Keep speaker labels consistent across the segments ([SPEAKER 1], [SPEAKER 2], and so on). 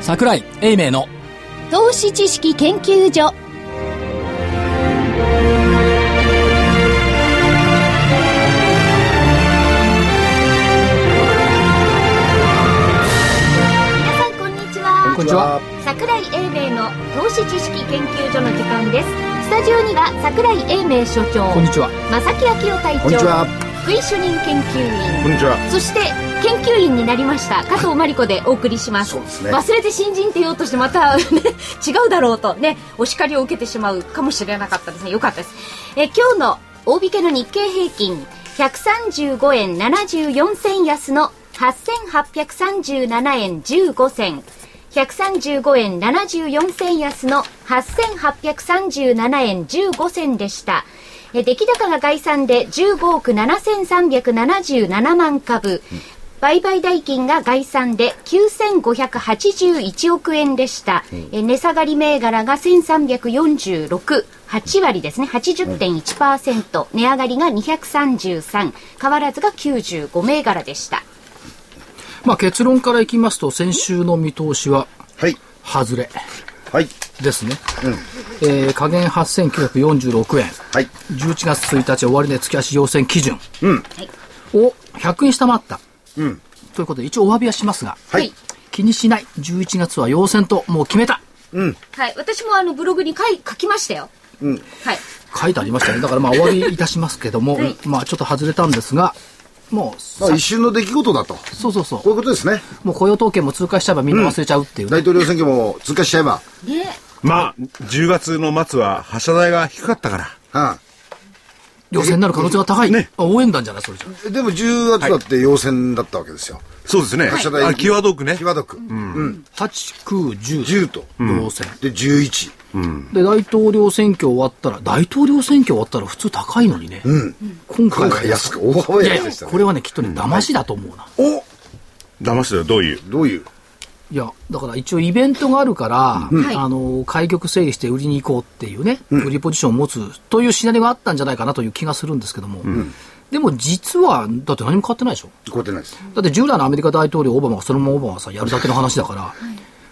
[SPEAKER 1] 桜井英明の
[SPEAKER 2] 投資知識研究所皆さんこんにちは
[SPEAKER 1] こんにちは
[SPEAKER 2] 桜井英明の投資知識研究所の時間ですスタジオには桜井英明所長
[SPEAKER 1] こんにちは
[SPEAKER 2] 正木昭夫隊
[SPEAKER 3] こんにちは
[SPEAKER 2] 長福井主任研究員
[SPEAKER 3] こんにちは
[SPEAKER 2] そして研究員になりました加藤真理子でお送りします
[SPEAKER 3] そうですね
[SPEAKER 2] 忘れて新人って言おうとしてまた、ね、 違うだろうとねお叱りを受けてしまうかもしれなかったですねよかったですえ今日の大引けの日経平均135円74銭安の8837円15銭135円74銭安の8837円15銭でした。え出来高が概算で15億7377万株。売買代金が概算で9581億円でした。え値下がり銘柄が1346。8割ですね80.1%、値上がりが233変わらずが95銘柄でした
[SPEAKER 1] まあ結論からいきますと先週の見通しは
[SPEAKER 3] はい
[SPEAKER 1] 外れ
[SPEAKER 3] はい
[SPEAKER 1] ですね、えー加減8946円
[SPEAKER 3] はい
[SPEAKER 1] 11月1日終値月足要線基準
[SPEAKER 3] うん
[SPEAKER 1] を100円下回った
[SPEAKER 3] うん
[SPEAKER 1] ということで一応お詫びはしますが
[SPEAKER 3] はい
[SPEAKER 1] 気にしない11月は要線ともう決めた
[SPEAKER 3] うん
[SPEAKER 2] はい、私もあのブログに書い書きましたよ。
[SPEAKER 3] うん
[SPEAKER 2] はい。
[SPEAKER 1] 書いてありましたねだからまあお詫びいたしますけども、
[SPEAKER 2] はい
[SPEAKER 1] まあちょっと外れたんですがもうさ
[SPEAKER 3] まあ一瞬の出来事だとこ
[SPEAKER 1] そうそうそう
[SPEAKER 3] ういうことですね
[SPEAKER 1] もう雇用統計も通過しちゃえばみんな忘れちゃうっていうね、
[SPEAKER 3] 大統領選挙も通過しちゃえば
[SPEAKER 2] ね。
[SPEAKER 4] まあ、10月の末は、発射台が低かったから。
[SPEAKER 3] あ
[SPEAKER 1] 予選になる可能性が高い、
[SPEAKER 4] ね
[SPEAKER 1] あ応援団じゃないそれじゃ
[SPEAKER 3] あでも10月だって陽線だったわけですよ
[SPEAKER 4] そうですね。
[SPEAKER 3] 発射台
[SPEAKER 4] あ、際どくね。
[SPEAKER 3] 際どくうん
[SPEAKER 1] 8910
[SPEAKER 3] 10と
[SPEAKER 1] 要選、
[SPEAKER 3] で11
[SPEAKER 1] で大統領選挙終わったら大統領選挙終わったら普通高いのにね、今回
[SPEAKER 3] 今
[SPEAKER 1] は
[SPEAKER 3] 回安く大幅
[SPEAKER 1] いやい
[SPEAKER 3] 安で
[SPEAKER 1] や
[SPEAKER 3] した
[SPEAKER 1] こ
[SPEAKER 3] ね
[SPEAKER 1] れはねきっとね騙しだと思うな、
[SPEAKER 3] お
[SPEAKER 4] 騙してたよ、どういう。
[SPEAKER 3] どういう
[SPEAKER 1] いやだから一応イベントがあるから、
[SPEAKER 2] はい
[SPEAKER 1] あの買い局整理して売りに行こうっていうね、売りポジションを持つというシナリオがあったんじゃないかなという気がするんですけども、でも実はだって何も変わってないでしょ
[SPEAKER 3] こうやってないです
[SPEAKER 1] だって従来のアメリカ大統領オバマがそのままオバマさやるだけの話だから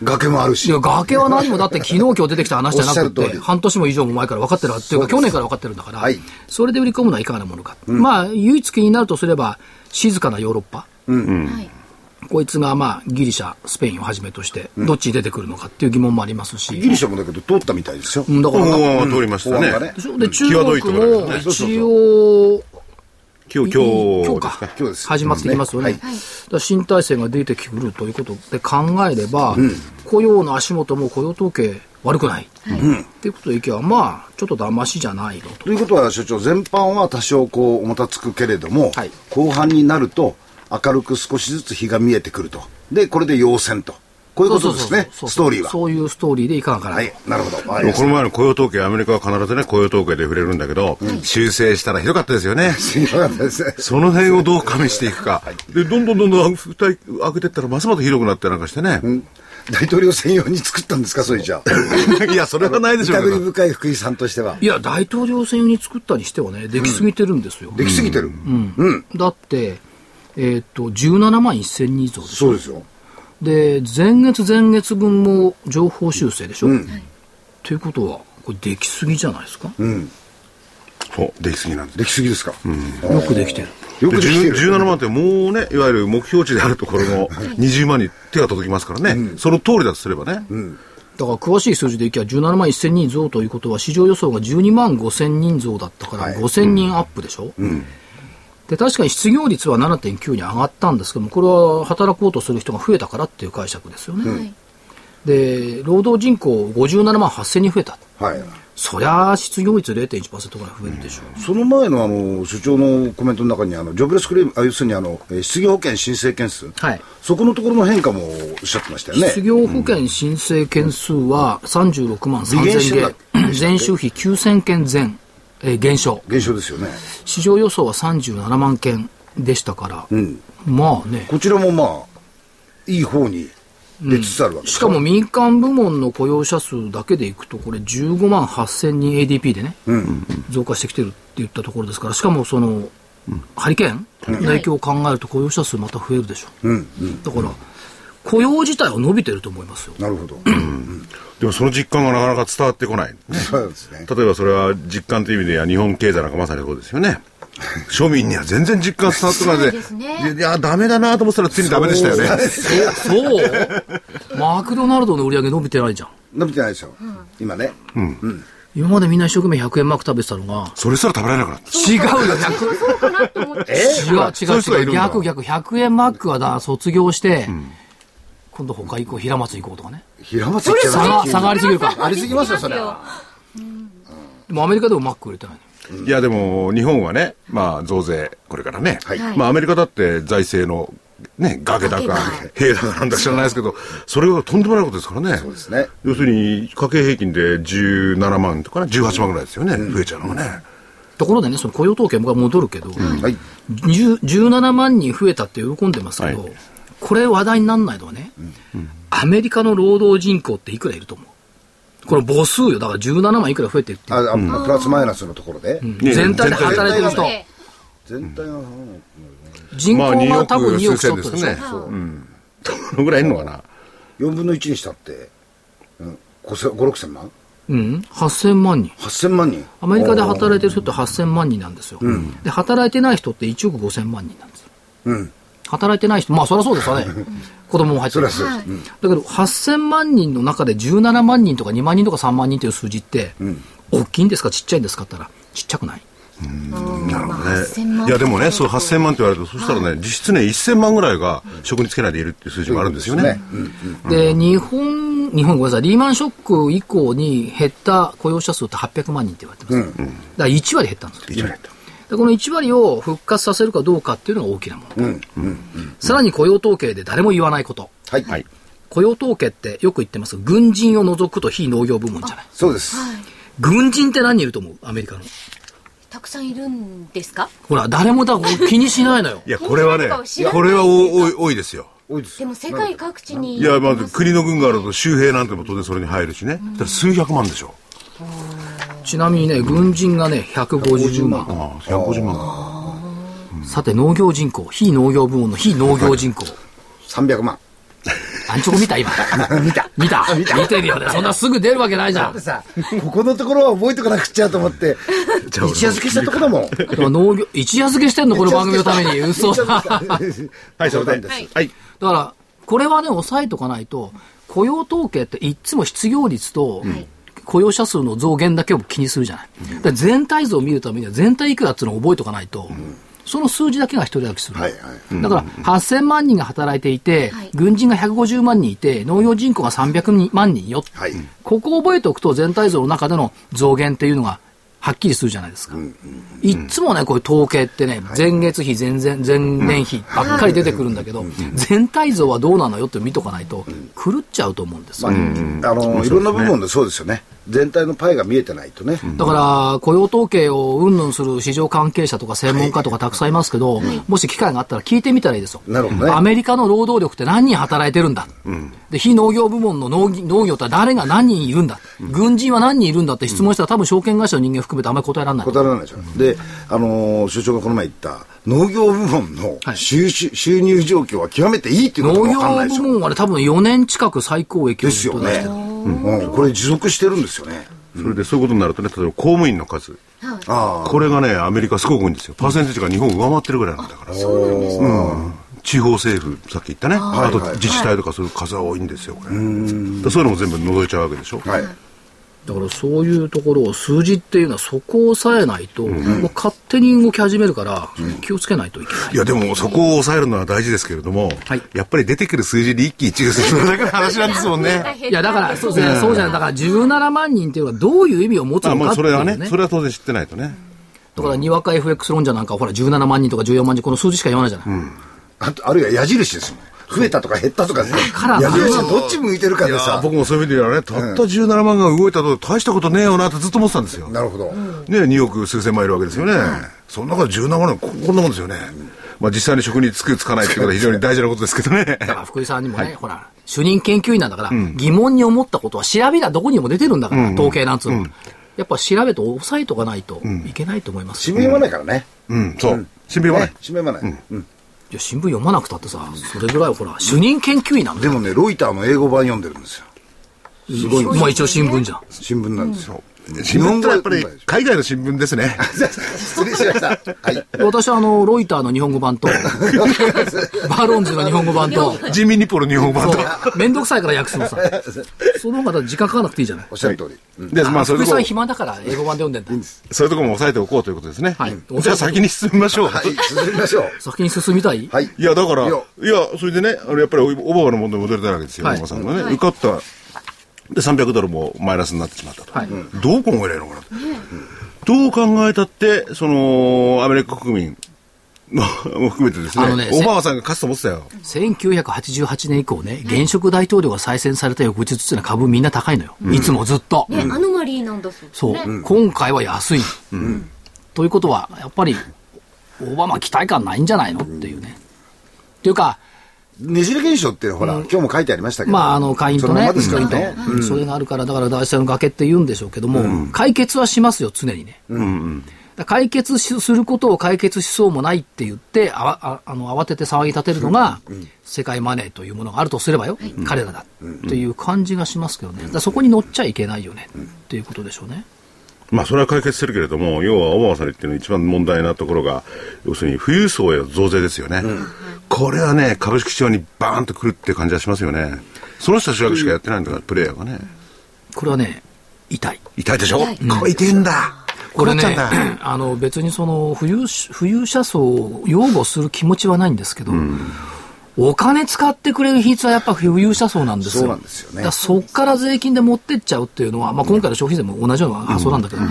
[SPEAKER 3] 崖もある
[SPEAKER 1] い
[SPEAKER 3] し
[SPEAKER 1] や、崖は何もだって昨日今日出てきた話じゃなく
[SPEAKER 3] おっしゃる通
[SPEAKER 1] て、
[SPEAKER 3] り
[SPEAKER 1] 半年も以上も前から分かってるっていうか、
[SPEAKER 3] そうです
[SPEAKER 1] 去年から分かってるんだから、
[SPEAKER 3] はい
[SPEAKER 1] それで売り込むのはいかがなものか。まあ、唯一気になるとすれば、静かなヨーロッパ。
[SPEAKER 2] はい。
[SPEAKER 1] こいつがまあ、ギリシャ、スペインをはじめとして、どっちに出てくるのかっていう疑問もありますし。
[SPEAKER 3] ギリシャもだけど通ったみたいですよ
[SPEAKER 1] うんだ
[SPEAKER 4] お
[SPEAKER 1] から、
[SPEAKER 4] お、通りました
[SPEAKER 3] 大幅
[SPEAKER 4] ね
[SPEAKER 3] ね。
[SPEAKER 1] でしょで、中
[SPEAKER 4] 際どいと
[SPEAKER 1] 国
[SPEAKER 4] ころだ
[SPEAKER 1] も
[SPEAKER 4] よね
[SPEAKER 1] 一応、
[SPEAKER 4] 今日、今日
[SPEAKER 1] 今日
[SPEAKER 4] です
[SPEAKER 1] か
[SPEAKER 4] ね。
[SPEAKER 3] 今日です
[SPEAKER 1] 始まってきますよね。
[SPEAKER 3] うん
[SPEAKER 1] だから新体制が出てくるということで考えれば、雇用の足元も雇用統計悪くない。っていうことでいけば、まあ、ちょっと騙しじゃないのと。
[SPEAKER 3] ということは所長全般は多少こうもたつくけれども、
[SPEAKER 1] はい
[SPEAKER 3] 後半になると明るく少しずつ日が見えてくるとでこれで陽線とこういうことです
[SPEAKER 1] そうそう
[SPEAKER 3] ね
[SPEAKER 1] そうそう
[SPEAKER 3] ストーリーは
[SPEAKER 1] そういうストーリーでいかがかなと、
[SPEAKER 3] はいなるほどわかりま
[SPEAKER 4] でも
[SPEAKER 3] し
[SPEAKER 4] この前の雇用統計、アメリカは必ずね、雇用統計で触れるんだけど、修正したらひどかったですよね。
[SPEAKER 3] たよかったですね
[SPEAKER 4] その辺をどう加味していくか。で、どんどんどんどん蓋開けてったら、ますますひどくなってなんかしてね。
[SPEAKER 3] 大統領専用に作ったんですかそれじゃあ
[SPEAKER 4] いや、それはないでしょうけ
[SPEAKER 3] 疑り
[SPEAKER 4] ど。
[SPEAKER 3] 深い福井さんとしてはい
[SPEAKER 1] や大統領選用に作ったにしてはねできすぎてるんですよ、
[SPEAKER 3] できすぎてるうん、
[SPEAKER 1] だってえーっと17万1000人以上でしょ
[SPEAKER 3] そうですよ
[SPEAKER 1] で前月前月分も情報修正でしょ、ということはこれできすぎじゃないですか、
[SPEAKER 4] そう、できすぎなんです。
[SPEAKER 3] できすぎですか、
[SPEAKER 1] よくできてる
[SPEAKER 3] よくできて
[SPEAKER 4] で
[SPEAKER 3] る
[SPEAKER 4] 17万ってもうね、いわゆる目標値であるところの20万に手が届きますからね、その通りだとすればね、
[SPEAKER 1] だから詳しい数字でいきば17万1000人増ということは市場予想が12万5000人増だったから5000人アップでしょ、で確かに失業率は7.9に上がったんですけどもこれは働こうとする人が増えたからっていう解釈ですよね、
[SPEAKER 2] い
[SPEAKER 1] で労働人口57万8000人増えた
[SPEAKER 3] はい
[SPEAKER 1] そりゃあ失業率0.1%ぐらい増えるでしょう、
[SPEAKER 3] その前のあの所長のコメントの中にあのジョブレスクレームあ要するにあのえー失業保険申請件数、
[SPEAKER 1] はい
[SPEAKER 3] そこのところの変化もおっしゃってましたよね
[SPEAKER 1] 失業保険申請件数は36万
[SPEAKER 3] 微減し
[SPEAKER 1] 3000
[SPEAKER 3] てた
[SPEAKER 1] 件、前週比9000件前、えー減少
[SPEAKER 3] 減少ですよね
[SPEAKER 1] 市場予想は37万件でしたから、
[SPEAKER 3] うん
[SPEAKER 1] まあね
[SPEAKER 3] こちらもまあいい方に出つつあるわけで
[SPEAKER 1] し
[SPEAKER 3] す
[SPEAKER 1] かも民間部門の雇用者数だけでいくとこれ15万8000人 ADP でね、増加してきてるって言ったところですからしかもその、ハリケーンの影響を考えると雇用者数また増えるでしょう、だから雇用自体は伸びてると思いますよ。
[SPEAKER 3] なるほど。
[SPEAKER 4] でもその実感がなかなか伝わってこない。
[SPEAKER 3] そうですね。
[SPEAKER 4] 例えばそれは実感という意味では日本経済なんかまさにそうですよね。庶民には全然実感伝わってこないで、
[SPEAKER 5] そうですね
[SPEAKER 4] いや、ダメだなと思ってたらついにダメでしたよね。
[SPEAKER 1] そうマクドナルドの売り上げ伸びてないじゃん。
[SPEAKER 3] 伸びてないでしょ。今ね。
[SPEAKER 1] 今までみんな一生懸命100円マーク食べてたのが、
[SPEAKER 4] それすら食べられなくなった。
[SPEAKER 1] 違うよ、100
[SPEAKER 5] そうかなと思って。
[SPEAKER 1] 違う
[SPEAKER 4] そう
[SPEAKER 1] 違う違
[SPEAKER 4] いう人がいうるんだ
[SPEAKER 1] 逆逆100円マックはだ卒業して、今度他行こう平松行こうとかね
[SPEAKER 3] 平松行って
[SPEAKER 1] それ
[SPEAKER 3] な
[SPEAKER 1] そ
[SPEAKER 3] い
[SPEAKER 1] れ下がりすぎるか
[SPEAKER 3] ありすぎますよ、それは。
[SPEAKER 1] でもアメリカでもマック売れてないの
[SPEAKER 4] いや、でも、日本はね、まあ、増税、これからね。
[SPEAKER 3] はい
[SPEAKER 4] まあ、アメリカだって財政の、ね、崖だか
[SPEAKER 5] 崖、
[SPEAKER 4] 塀だかなんだか知らないですけど、それはとんでもないことですからね。そう
[SPEAKER 3] ですね。
[SPEAKER 4] 要するに、家計平均で17万とかね、18万ぐらいですよね、増えちゃうのがね。
[SPEAKER 1] ところでねその雇用統計も戻るけど、
[SPEAKER 3] はい。
[SPEAKER 1] 10 17万人増えたって喜んでますけど、
[SPEAKER 4] はい
[SPEAKER 1] これ話題にならないのはね、アメリカの労働人口っていくらいると思うこの母数よだから17万いくら増えてるって
[SPEAKER 3] あ、あプラスマイナスのところで。
[SPEAKER 4] ね
[SPEAKER 1] 全体で働いてる人
[SPEAKER 5] で
[SPEAKER 3] 全体の、
[SPEAKER 1] 人口
[SPEAKER 4] まあ、2
[SPEAKER 1] は
[SPEAKER 4] 億
[SPEAKER 1] 多分2億ち
[SPEAKER 4] 数
[SPEAKER 1] ょ
[SPEAKER 4] 千
[SPEAKER 1] っ
[SPEAKER 4] で
[SPEAKER 1] と
[SPEAKER 4] す
[SPEAKER 1] で
[SPEAKER 4] ね
[SPEAKER 1] しょ、。
[SPEAKER 4] うん。どのぐらいいるのかな。
[SPEAKER 3] 4分の1にしたって、うん、5、6千万
[SPEAKER 1] うん、8000万人
[SPEAKER 3] ?8 千万人。
[SPEAKER 1] アメリカで働いてる人って8000万人なんですよ、で働いてない人って1億5000万人なんですよ
[SPEAKER 3] うん。
[SPEAKER 1] 働いてない人まあそりゃそうですよね子供も入って
[SPEAKER 3] そ
[SPEAKER 1] る
[SPEAKER 3] り
[SPEAKER 1] だ
[SPEAKER 3] ゃ
[SPEAKER 1] け
[SPEAKER 3] そう
[SPEAKER 1] ど
[SPEAKER 3] で
[SPEAKER 5] は
[SPEAKER 3] す。うん
[SPEAKER 1] 8000万人の中で17万人とか2万人とか3万人という数字って、大きいんですかちっちゃいんですかって言ったらちっちゃくない
[SPEAKER 4] なるほど
[SPEAKER 5] 8000万
[SPEAKER 4] ね。いや、でもね、そう、8000万って言われると、そしたらね、実質ね、1000万ぐらいが職につけないでいるっていう数字もあるんですよね。
[SPEAKER 1] で日本日本ごめんなさいリーマンショック以降に減った雇用者数って800万人って言われてます、だから1割減ったんですよ
[SPEAKER 4] いいじゃないと。
[SPEAKER 1] でこの1割を復活させるかどうかっていうのが大きなもの、さらに雇用統計で誰も言わないこと
[SPEAKER 3] はい。
[SPEAKER 4] はい。
[SPEAKER 1] 雇用統計ってよく言ってますが軍人を除くと非農業部門じゃない
[SPEAKER 3] そうです。
[SPEAKER 1] 軍人って何人いると思うアメリカの
[SPEAKER 5] たくさんいるんですか
[SPEAKER 1] ほら誰もだ気にしないのよ
[SPEAKER 4] いや、これは
[SPEAKER 5] 本当な
[SPEAKER 4] ね
[SPEAKER 5] のかは知ら、ない
[SPEAKER 4] これは多い、多いですよ。
[SPEAKER 3] 多いです
[SPEAKER 5] で
[SPEAKER 3] よ。
[SPEAKER 5] も世界各地に
[SPEAKER 4] いや、まず国の軍があると周平なんても当然それに入るしね。だから数百万でしょ。
[SPEAKER 1] ちなみにね軍人がね150万
[SPEAKER 4] ああ、150万か。
[SPEAKER 1] さて農業人口非農業部門の非農業人口
[SPEAKER 3] 300万。
[SPEAKER 1] アンチョコ見た 今見た見た見てるよねそんなすぐ出るわけないじゃん
[SPEAKER 3] さ、ここのところは覚えておかなくちゃと思 って、一夜漬けしたとこだもん。
[SPEAKER 1] でも農業一夜漬けして んのこの番組のために 嘘だだか
[SPEAKER 4] はい、
[SPEAKER 3] 冗
[SPEAKER 4] そ
[SPEAKER 3] 談
[SPEAKER 4] れで。
[SPEAKER 3] で
[SPEAKER 4] は
[SPEAKER 3] す
[SPEAKER 4] い。はい。
[SPEAKER 1] らこれはね抑えとかないと雇用統計っていっつも失業率と、雇用者数の増減だけを気にするじゃない。だから全体像を見るためには全体いくらっていうのを覚えとかないと、その数字だけが一人歩きする。
[SPEAKER 3] はいはい。
[SPEAKER 1] だから8000万人が働いていて、
[SPEAKER 5] はい
[SPEAKER 1] 軍人が150万人いて、農業人口が300万人よ、
[SPEAKER 3] はい。
[SPEAKER 1] ここを覚えておくと、全体像の中での増減っていうのがはっきりするじゃないですか。いっつもね、こういう統計ってね、前月比、前々前年比ばっかり出てくるんだけど、全体像はどうなのよって見とかないと、狂っちゃうと思うんです
[SPEAKER 3] まあ、
[SPEAKER 1] よ。
[SPEAKER 3] あの、いろんな部門でそうですよね。全体のパイが見えてないとね。
[SPEAKER 1] だから、雇用統計をうんぬんする市場関係者とか専門家とかたくさんいますけど、もし機会があったら聞いてみたらいいですよ。
[SPEAKER 3] なるほどね
[SPEAKER 1] アメリカの労働力って何人働いてるんだ。で、非農業部門の農農業って誰が何人いるんだ。軍人は何人いるんだって質問したら多分証券会社の人間含めてあんまり答えられない。
[SPEAKER 3] 答えられないでしょ。で、あのー、所長がこの前言った、農業部門の
[SPEAKER 1] はい
[SPEAKER 3] 収集収入状況は極めていいっていうこ
[SPEAKER 1] 農
[SPEAKER 3] とが分
[SPEAKER 1] 業
[SPEAKER 3] かんないでし
[SPEAKER 1] 部
[SPEAKER 3] ょ。
[SPEAKER 1] 門はね、多分4年近く最高益を
[SPEAKER 3] で
[SPEAKER 1] ず
[SPEAKER 3] す
[SPEAKER 1] っ
[SPEAKER 3] よ
[SPEAKER 1] と出して
[SPEAKER 3] ね。
[SPEAKER 1] る。
[SPEAKER 3] うん、これ持続してるんですよね。
[SPEAKER 4] それでそういうことになるとね、例えば公務員の数。
[SPEAKER 3] ああ、
[SPEAKER 4] これがね、アメリカすごく多いんですよ。パーセンテージが日本を上回ってるぐらいなんだから。うん地方政府、さっき言ったね。あと自治体とかそういう数は多いんですよ、これ。だからそういうのも全部除いちゃうわけでしょ。
[SPEAKER 3] はい。
[SPEAKER 1] だからそういうところを数字っていうのはそこを抑えないと、もう勝手に動き始めるから、気をつけないといけない。
[SPEAKER 4] いやでもそこを抑えるのは大事ですけれども、
[SPEAKER 1] はい
[SPEAKER 4] やっぱり出てくる数字で一喜一憂するそれだけの話なんですもんね。
[SPEAKER 1] いや、だから、そうですね、そうじゃない。だから、17万人っていうのはどういう意味を持つ
[SPEAKER 4] まあ
[SPEAKER 1] の
[SPEAKER 4] ま
[SPEAKER 1] か
[SPEAKER 4] あ
[SPEAKER 1] ってい
[SPEAKER 4] そう
[SPEAKER 1] ね。
[SPEAKER 4] れはね、それは当然知ってないとね。
[SPEAKER 1] だから、にわか FX 論者なんかは、ほら、17万人とか14万人、この数字しか言わないじゃない。
[SPEAKER 3] あと、あるいは矢印ですもん。増えたとか減ったとかね。
[SPEAKER 1] ら
[SPEAKER 3] 矢印がどっち向いてるかで
[SPEAKER 4] あ
[SPEAKER 3] さ。
[SPEAKER 4] 僕もそういう意味ではね、たった17万が動いたと大したことねえよなってずっと思ってたんですよ。ね、
[SPEAKER 3] なるほど。
[SPEAKER 4] 2億数千万いるわけですよね。その中で17万ここんなもんですよね。まあ実際に職に就く、つかないっていうことは非常に大事なことですけどね。
[SPEAKER 1] だから、福井さんにもね、ほら、主任研究員なんだから、疑問に思ったことは、調べりゃどこにも出てるんだから、統計なんつうのは。やっぱ調べと抑えとかないといけないと思いますよ。
[SPEAKER 3] 締め読まないからね。
[SPEAKER 4] うん、そう。新聞は
[SPEAKER 3] ね
[SPEAKER 4] ね。
[SPEAKER 3] 締め読まない。うん。
[SPEAKER 1] いや、新聞読まなくたってさ、それぐらいほら、主任研究員なんだ
[SPEAKER 3] でもね、ロイターの英語版読んでるんですよ。
[SPEAKER 1] すごい。まあ一応新聞じゃん。
[SPEAKER 3] 新聞なんですよ。
[SPEAKER 4] 新聞ってやっぱり 海外の新聞ですね。
[SPEAKER 3] 失礼しました。はい。
[SPEAKER 1] 私はあの、ロイターの日本語 版と、バーロンズの日本語版と、
[SPEAKER 4] 人民日報の日本語版と。
[SPEAKER 1] そうめんどくさいから訳すのさ。その方が時間かかなくていいじゃない
[SPEAKER 3] お。っしゃる通り。うん
[SPEAKER 4] で、まあそういう
[SPEAKER 1] 福井
[SPEAKER 4] と
[SPEAKER 1] さ
[SPEAKER 4] こ
[SPEAKER 1] ん、暇だから英語版で読んでんだ。
[SPEAKER 4] そういうとこも抑えておこうということですね。
[SPEAKER 1] はい
[SPEAKER 4] じゃあ先に進みましょう。
[SPEAKER 3] はい、続きましょう。
[SPEAKER 1] 先に進みたい
[SPEAKER 3] はい。
[SPEAKER 4] いや、だから、い
[SPEAKER 3] い
[SPEAKER 4] や
[SPEAKER 3] や、
[SPEAKER 4] それでね、あのやっぱりオバマの問題も出てたわけですよ、オ
[SPEAKER 1] はい
[SPEAKER 4] バマさんがね。受かった。で、300ドルもマイナスになってしまったと。
[SPEAKER 1] はい
[SPEAKER 4] どう考えればいいのかなと。どう考えたって、その、アメリカ国民の も含めてです
[SPEAKER 1] あのね、
[SPEAKER 4] ねオバマさんが勝つと思ってたよ。
[SPEAKER 1] 1988年以降ね、現職大統領が再選された翌日っていうのは株みんな高いのよ。いつもずっと。
[SPEAKER 5] ね、アノマリーなんだそうです
[SPEAKER 1] そう、
[SPEAKER 5] ね。
[SPEAKER 1] 今回は安い、ということは、やっぱり、オバマ期待感ないんじゃないのっていうね。っていうか、
[SPEAKER 3] ねじれ現象って、ほら、今日も書いてありましたけど。
[SPEAKER 1] まあ、あの、会員と
[SPEAKER 3] そのま
[SPEAKER 1] ね、
[SPEAKER 3] まですか
[SPEAKER 1] 会
[SPEAKER 3] ら
[SPEAKER 1] 員と、
[SPEAKER 3] ね。
[SPEAKER 1] うんそれがあるから、だから、大社の崖って言うんでしょうけども、解決はしますよ、常にね。だから解決しすることを解決しそうもないって言って、あわああの慌てて騒ぎ立てるのが、世界マネーというものがあるとすればよ、彼らだ、っていう感じがしますけどね。だからそこに乗っちゃいけないよね、っていうことでしょうね。
[SPEAKER 4] まあ、それは解決するけれども、要はオバマさんが言ってる一番問題なところが、要するに富裕層への増税ですよね。これはね、株式市場にバーンとくるって感じがしますよね。その人たちだけしかやってないんだから、プレイヤーがね。
[SPEAKER 1] これはね、痛い。
[SPEAKER 4] 痛いでしょこいてんだ。
[SPEAKER 1] これね
[SPEAKER 4] 困っちゃうんだ、
[SPEAKER 1] あの別にその富裕し富裕者層を擁護する気持ちはないんですけど、お金使ってくれる比率はやっぱ富裕者層なんですよ。
[SPEAKER 3] そうなんですよね
[SPEAKER 1] だからそっから税金で持ってっちゃうっていうのは、まあ、今回の消費税も同じような発想なんだけど、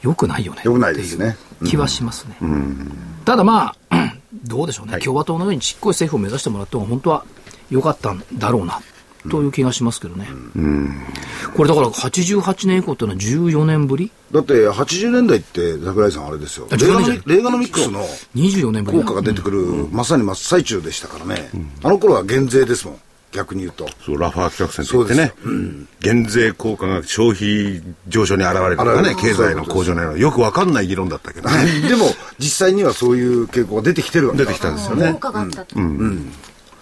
[SPEAKER 1] よくないよね。
[SPEAKER 3] よくないですね。
[SPEAKER 1] 気はしますね。ただまあ、 どうでしょうね、共和党のようにちっこい政府を目指してもらっても、本当は良かったんだろうな、という気がしますけどね。これだから、88年以降というのは14年ぶり
[SPEAKER 3] だって、80年代って、桜井さんあれですよ。
[SPEAKER 1] あ
[SPEAKER 3] レーガノ
[SPEAKER 1] 違う
[SPEAKER 3] ミレーガノミックスの
[SPEAKER 1] ?24 年ぶり
[SPEAKER 3] 効
[SPEAKER 1] だ
[SPEAKER 3] 果が出てくる、まさに真っ最中でしたからね。あの頃は減税ですもん。逆に言うと。
[SPEAKER 4] そう、ラファー企画線って言ってね、減税効果が消費上昇に現れるとか
[SPEAKER 3] 現
[SPEAKER 4] ね、
[SPEAKER 3] れ
[SPEAKER 4] 経
[SPEAKER 3] る
[SPEAKER 4] 済の向上のような、よくわかんない議論だったけどね。
[SPEAKER 3] でも、実際にはそういう傾向が出てきてるわけ
[SPEAKER 4] 出
[SPEAKER 3] だ
[SPEAKER 4] てきたんです
[SPEAKER 5] 効
[SPEAKER 4] よね。
[SPEAKER 5] 果があったと。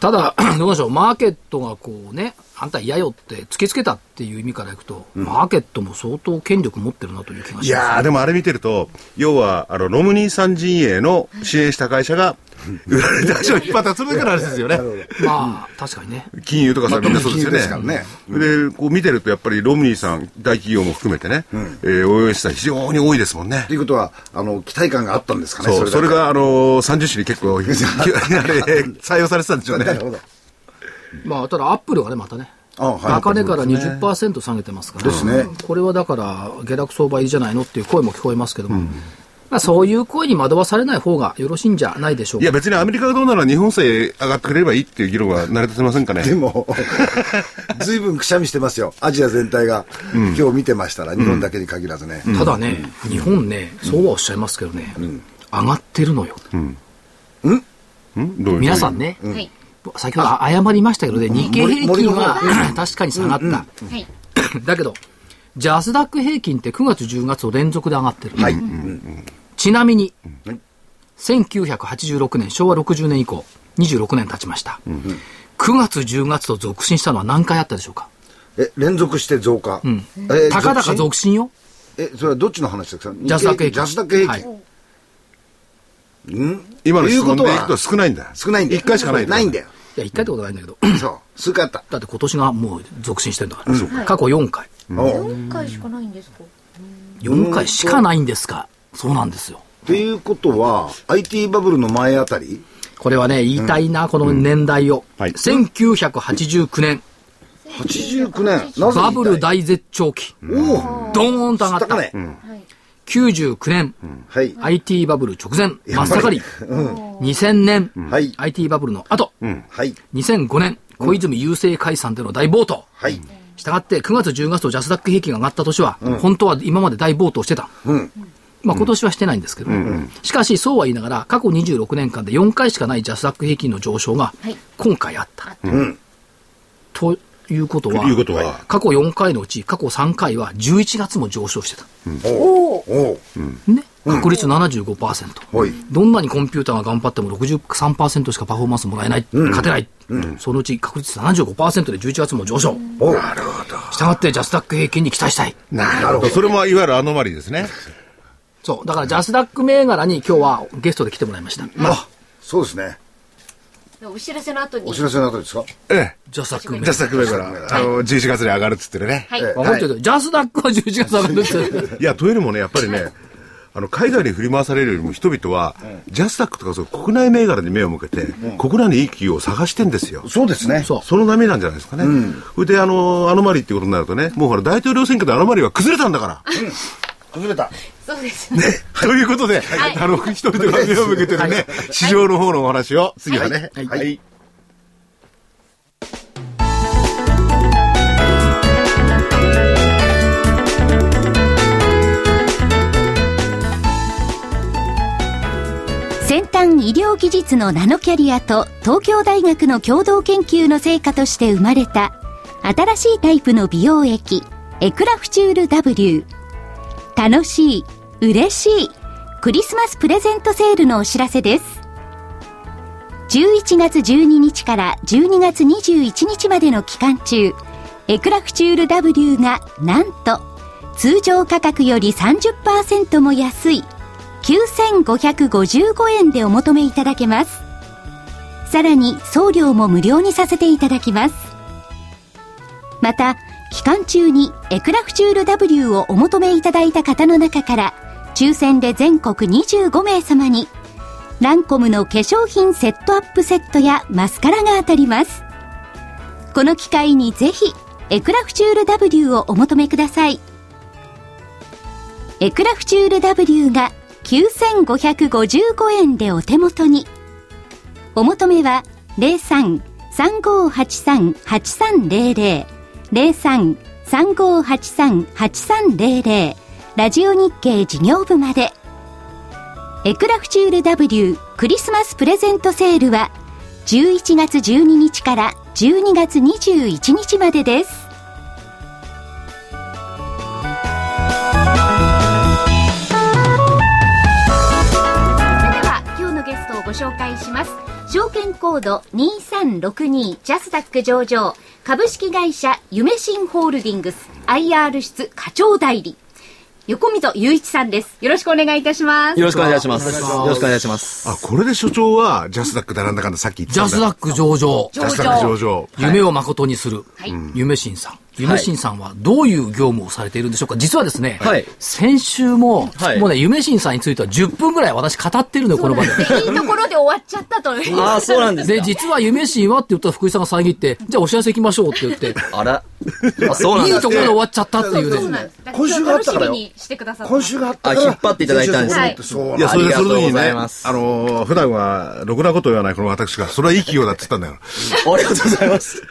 [SPEAKER 1] ただ、 どうでしょう、マーケットがこうね、あんた嫌よって突きつけたっていう意味からいくと、マーケットも相当権力持ってるなという気が
[SPEAKER 4] い
[SPEAKER 1] します。
[SPEAKER 4] やー、でもあれ見てると、要は、あの、ロムニーさん陣営の支援した会社が、売られた会社を引っ張ったつぶからあれですよね。
[SPEAKER 1] まあ、確かにね。
[SPEAKER 4] 金融とかさ、みんなそうですよ
[SPEAKER 3] 金融
[SPEAKER 4] ね。
[SPEAKER 3] ですからね
[SPEAKER 4] で、こう見てると、やっぱりロムニーさん、大企業も含めてね、えー応援した人非常に多いですもんね
[SPEAKER 3] と。いうことは、あの、期待感があったんですかね。
[SPEAKER 4] そう、それ
[SPEAKER 3] だけ
[SPEAKER 4] が、あのー、30種に結構、あれ採用されてたんでしょうね。
[SPEAKER 3] なるほど。
[SPEAKER 1] まあ、ただ、アップルがね、またね、
[SPEAKER 3] あはい
[SPEAKER 1] 高値から20%下げてますから、
[SPEAKER 3] ですね
[SPEAKER 1] これはだから、下落相場入りじゃないのっていう声も聞こえますけども、まあ、そういう声に惑わされない方がよろしいんじゃないでしょう
[SPEAKER 4] い
[SPEAKER 1] か
[SPEAKER 4] や、。別にアメリカがどうなら日本さえ上がってくれればいいっていう議論は慣れてませんかね。
[SPEAKER 3] でも、ずいぶんくしゃみしてますよ。アジア全体が。今日見てましたら、日本だけに限らずね。
[SPEAKER 1] ただね、日本ね、そうはおっしゃいますけどね、上がってるのよ。
[SPEAKER 4] んどういう
[SPEAKER 1] 皆さん。ね、
[SPEAKER 5] はい。
[SPEAKER 1] 先ほど謝りましたけどね、日経平均は 確かに下がった。
[SPEAKER 5] はい。
[SPEAKER 1] だけど、ジャスダック平均って9月、10月を連続で上がってる。
[SPEAKER 3] はい。
[SPEAKER 1] ちなみに、
[SPEAKER 3] はい
[SPEAKER 1] 1986年、昭和60年以降、26年経ちました。9月、10月と続伸したのは何回あったでしょうか
[SPEAKER 3] え、連続して増加。え
[SPEAKER 1] たかだか続伸よ。
[SPEAKER 3] え、それはどっちの話ですか
[SPEAKER 1] ジャスダック平均。
[SPEAKER 3] ジャスダック平均。
[SPEAKER 1] はい
[SPEAKER 4] 今
[SPEAKER 3] と
[SPEAKER 4] の質問で
[SPEAKER 3] いう
[SPEAKER 4] い
[SPEAKER 3] こ
[SPEAKER 4] く
[SPEAKER 3] とは
[SPEAKER 4] と少ないんだ。
[SPEAKER 3] 少ないんだよ。
[SPEAKER 4] 一回しかないんだ。
[SPEAKER 3] ないんだよ。
[SPEAKER 1] いや、1回ってことないんだけど、
[SPEAKER 3] そう。数回あった。
[SPEAKER 1] だって今年がもう続伸してるんだから、過去4回。
[SPEAKER 3] おう
[SPEAKER 5] 4回しかないんですか
[SPEAKER 1] 4回しかないんですかそうなんですよ。
[SPEAKER 3] ということは、IT バブルの前あたり
[SPEAKER 1] これはね、言いたいな、この年代を。
[SPEAKER 4] はい
[SPEAKER 1] 1989年、
[SPEAKER 3] ?89 年。なぜ
[SPEAKER 1] バブル大絶頂期。
[SPEAKER 3] おお
[SPEAKER 1] ドーンと上が
[SPEAKER 3] 高
[SPEAKER 1] った。
[SPEAKER 5] は
[SPEAKER 3] 値。
[SPEAKER 5] い。
[SPEAKER 1] 99年、
[SPEAKER 3] はい。
[SPEAKER 1] IT バブル直前、真っ盛り。2000年、
[SPEAKER 3] はい。
[SPEAKER 1] IT バブルの後、
[SPEAKER 3] はい。
[SPEAKER 1] 2005年、小泉郵政解散での大暴騰。
[SPEAKER 3] はい。
[SPEAKER 1] したがって、9月10月とジャスダック平均が上がった年は、本当は今まで大暴騰してた。
[SPEAKER 3] ん
[SPEAKER 1] まあ今年はしてないんですけど、しかしそうは言いながら、過去26年間で4回しかないジャスダック平均の上昇が
[SPEAKER 5] はい、
[SPEAKER 1] 今回あった。
[SPEAKER 3] うん。
[SPEAKER 1] ということは、
[SPEAKER 4] いうことは
[SPEAKER 1] 過去4回のうち、過去3回は11月も上昇してた。
[SPEAKER 3] おおおう
[SPEAKER 1] ね。確率75%、
[SPEAKER 3] はい
[SPEAKER 1] どんなにコンピューターが頑張っても63%しかパフォーマンスもらえない、勝てない、そのうち確率75%で11月も上昇、
[SPEAKER 3] おなるほど。
[SPEAKER 1] したがってジャスダック平均に期待したい。
[SPEAKER 4] なるほど。それもいわゆるアノマリーですね。
[SPEAKER 1] そう。だからジャスダック銘柄に今日はゲストで来てもらいました。
[SPEAKER 3] あ、そうですね。
[SPEAKER 5] お知らせの後に
[SPEAKER 3] お知らせの後ですか
[SPEAKER 4] ええ。
[SPEAKER 1] ジャスダック銘
[SPEAKER 4] ジャ
[SPEAKER 1] 柄。
[SPEAKER 4] スダック銘柄、あの、11月に上がるっつってるね。
[SPEAKER 5] はい、
[SPEAKER 1] わかってるけどジャスダックは11月上がるって。
[SPEAKER 4] いや、というよりもね、やっぱりね、あの、海外に振り回されるよりも人々は、ジャスダックとかそう国内銘柄に目を向けて、国内にいい企業を探してんですよ。
[SPEAKER 3] そうですね。
[SPEAKER 1] そう
[SPEAKER 4] その波なんじゃないですかね。それで、あの、アノマリーってことになるとね、もうほら、大統領選挙でアノマリーは崩れたんだから。
[SPEAKER 3] 崩れた。
[SPEAKER 5] そうですね。
[SPEAKER 4] ということで、
[SPEAKER 5] い
[SPEAKER 4] あの、一人で目を向けてるね、市場の方のお話を、次はね。
[SPEAKER 1] はい
[SPEAKER 3] はい。
[SPEAKER 2] 先端医療技術のナノキャリアと東京大学の共同研究の成果として生まれた新しいタイプの美容液エクラフチュール W 楽しい嬉しいクリスマスプレゼントセールのお知らせです11月12日から12月21日までの期間中エクラフチュール W がなんと通常価格より30%も安い9555円でお求めいただけますさらに送料も無料にさせていただきますまた期間中にエクラフチュール W をお求めいただいた方の中から抽選で全国25名様にランコムの化粧品セットアップセットやマスカラが当たりますこの機会にぜひエクラフチュール W をお求めくださいエクラフチュール W が9555円でお手元に。お求めは03-3583-8300、03-3583-8300、ラジオ日経事業部まで。エクラフチュール W クリスマスプレゼントセールは11月12日から12月21日までです。
[SPEAKER 5] それでは今日のゲストをご紹介します証券コード2362ジャスダック上場株式会社夢新ホールディングス IR 室課長代理横溝雄一さんですよろしくお願いいたします
[SPEAKER 6] よろしくお願いします。よろしくお願いします。
[SPEAKER 4] あ、これで所長は、ジャスダックだなんだかんださっき言って
[SPEAKER 1] ジ
[SPEAKER 4] たん
[SPEAKER 1] ャ
[SPEAKER 4] だ
[SPEAKER 1] スダック上場。
[SPEAKER 4] ジャスダック上場。
[SPEAKER 1] 夢を誠にする、
[SPEAKER 5] はい
[SPEAKER 1] 夢新さん。夢新さんはどういう業務をされているんでしょうか実はですね、
[SPEAKER 6] はい
[SPEAKER 1] 先週も、
[SPEAKER 6] はい
[SPEAKER 1] もうね、夢新さんについては10分ぐらい私語ってるのよ、この場で。
[SPEAKER 5] いいところで終わっちゃったという
[SPEAKER 6] ああ、そうなんです
[SPEAKER 1] で、
[SPEAKER 6] か。
[SPEAKER 1] 実は夢新はって言ったら福井さんが遮って、じゃあお知らせ行きましょうって言って、
[SPEAKER 6] あら。あ、そうなん
[SPEAKER 1] いい
[SPEAKER 6] です
[SPEAKER 1] ところで終わっちゃったっていう
[SPEAKER 5] そう
[SPEAKER 1] ね。
[SPEAKER 5] なんですだら
[SPEAKER 3] 今週があったからよ
[SPEAKER 5] 楽しみにしてくださった
[SPEAKER 3] 今週があったから。
[SPEAKER 6] あ引っ張っていただいたんです
[SPEAKER 5] ね
[SPEAKER 3] そうなん
[SPEAKER 4] いや、それで
[SPEAKER 6] あ
[SPEAKER 4] その時
[SPEAKER 6] りがとうご
[SPEAKER 4] に
[SPEAKER 6] ざ
[SPEAKER 4] ね、
[SPEAKER 6] い
[SPEAKER 4] あ
[SPEAKER 6] ます
[SPEAKER 4] のー、普段は、ろくなことを言わないこの私が、それはいい企業だって言ったんだよ。
[SPEAKER 6] ありがとうございます。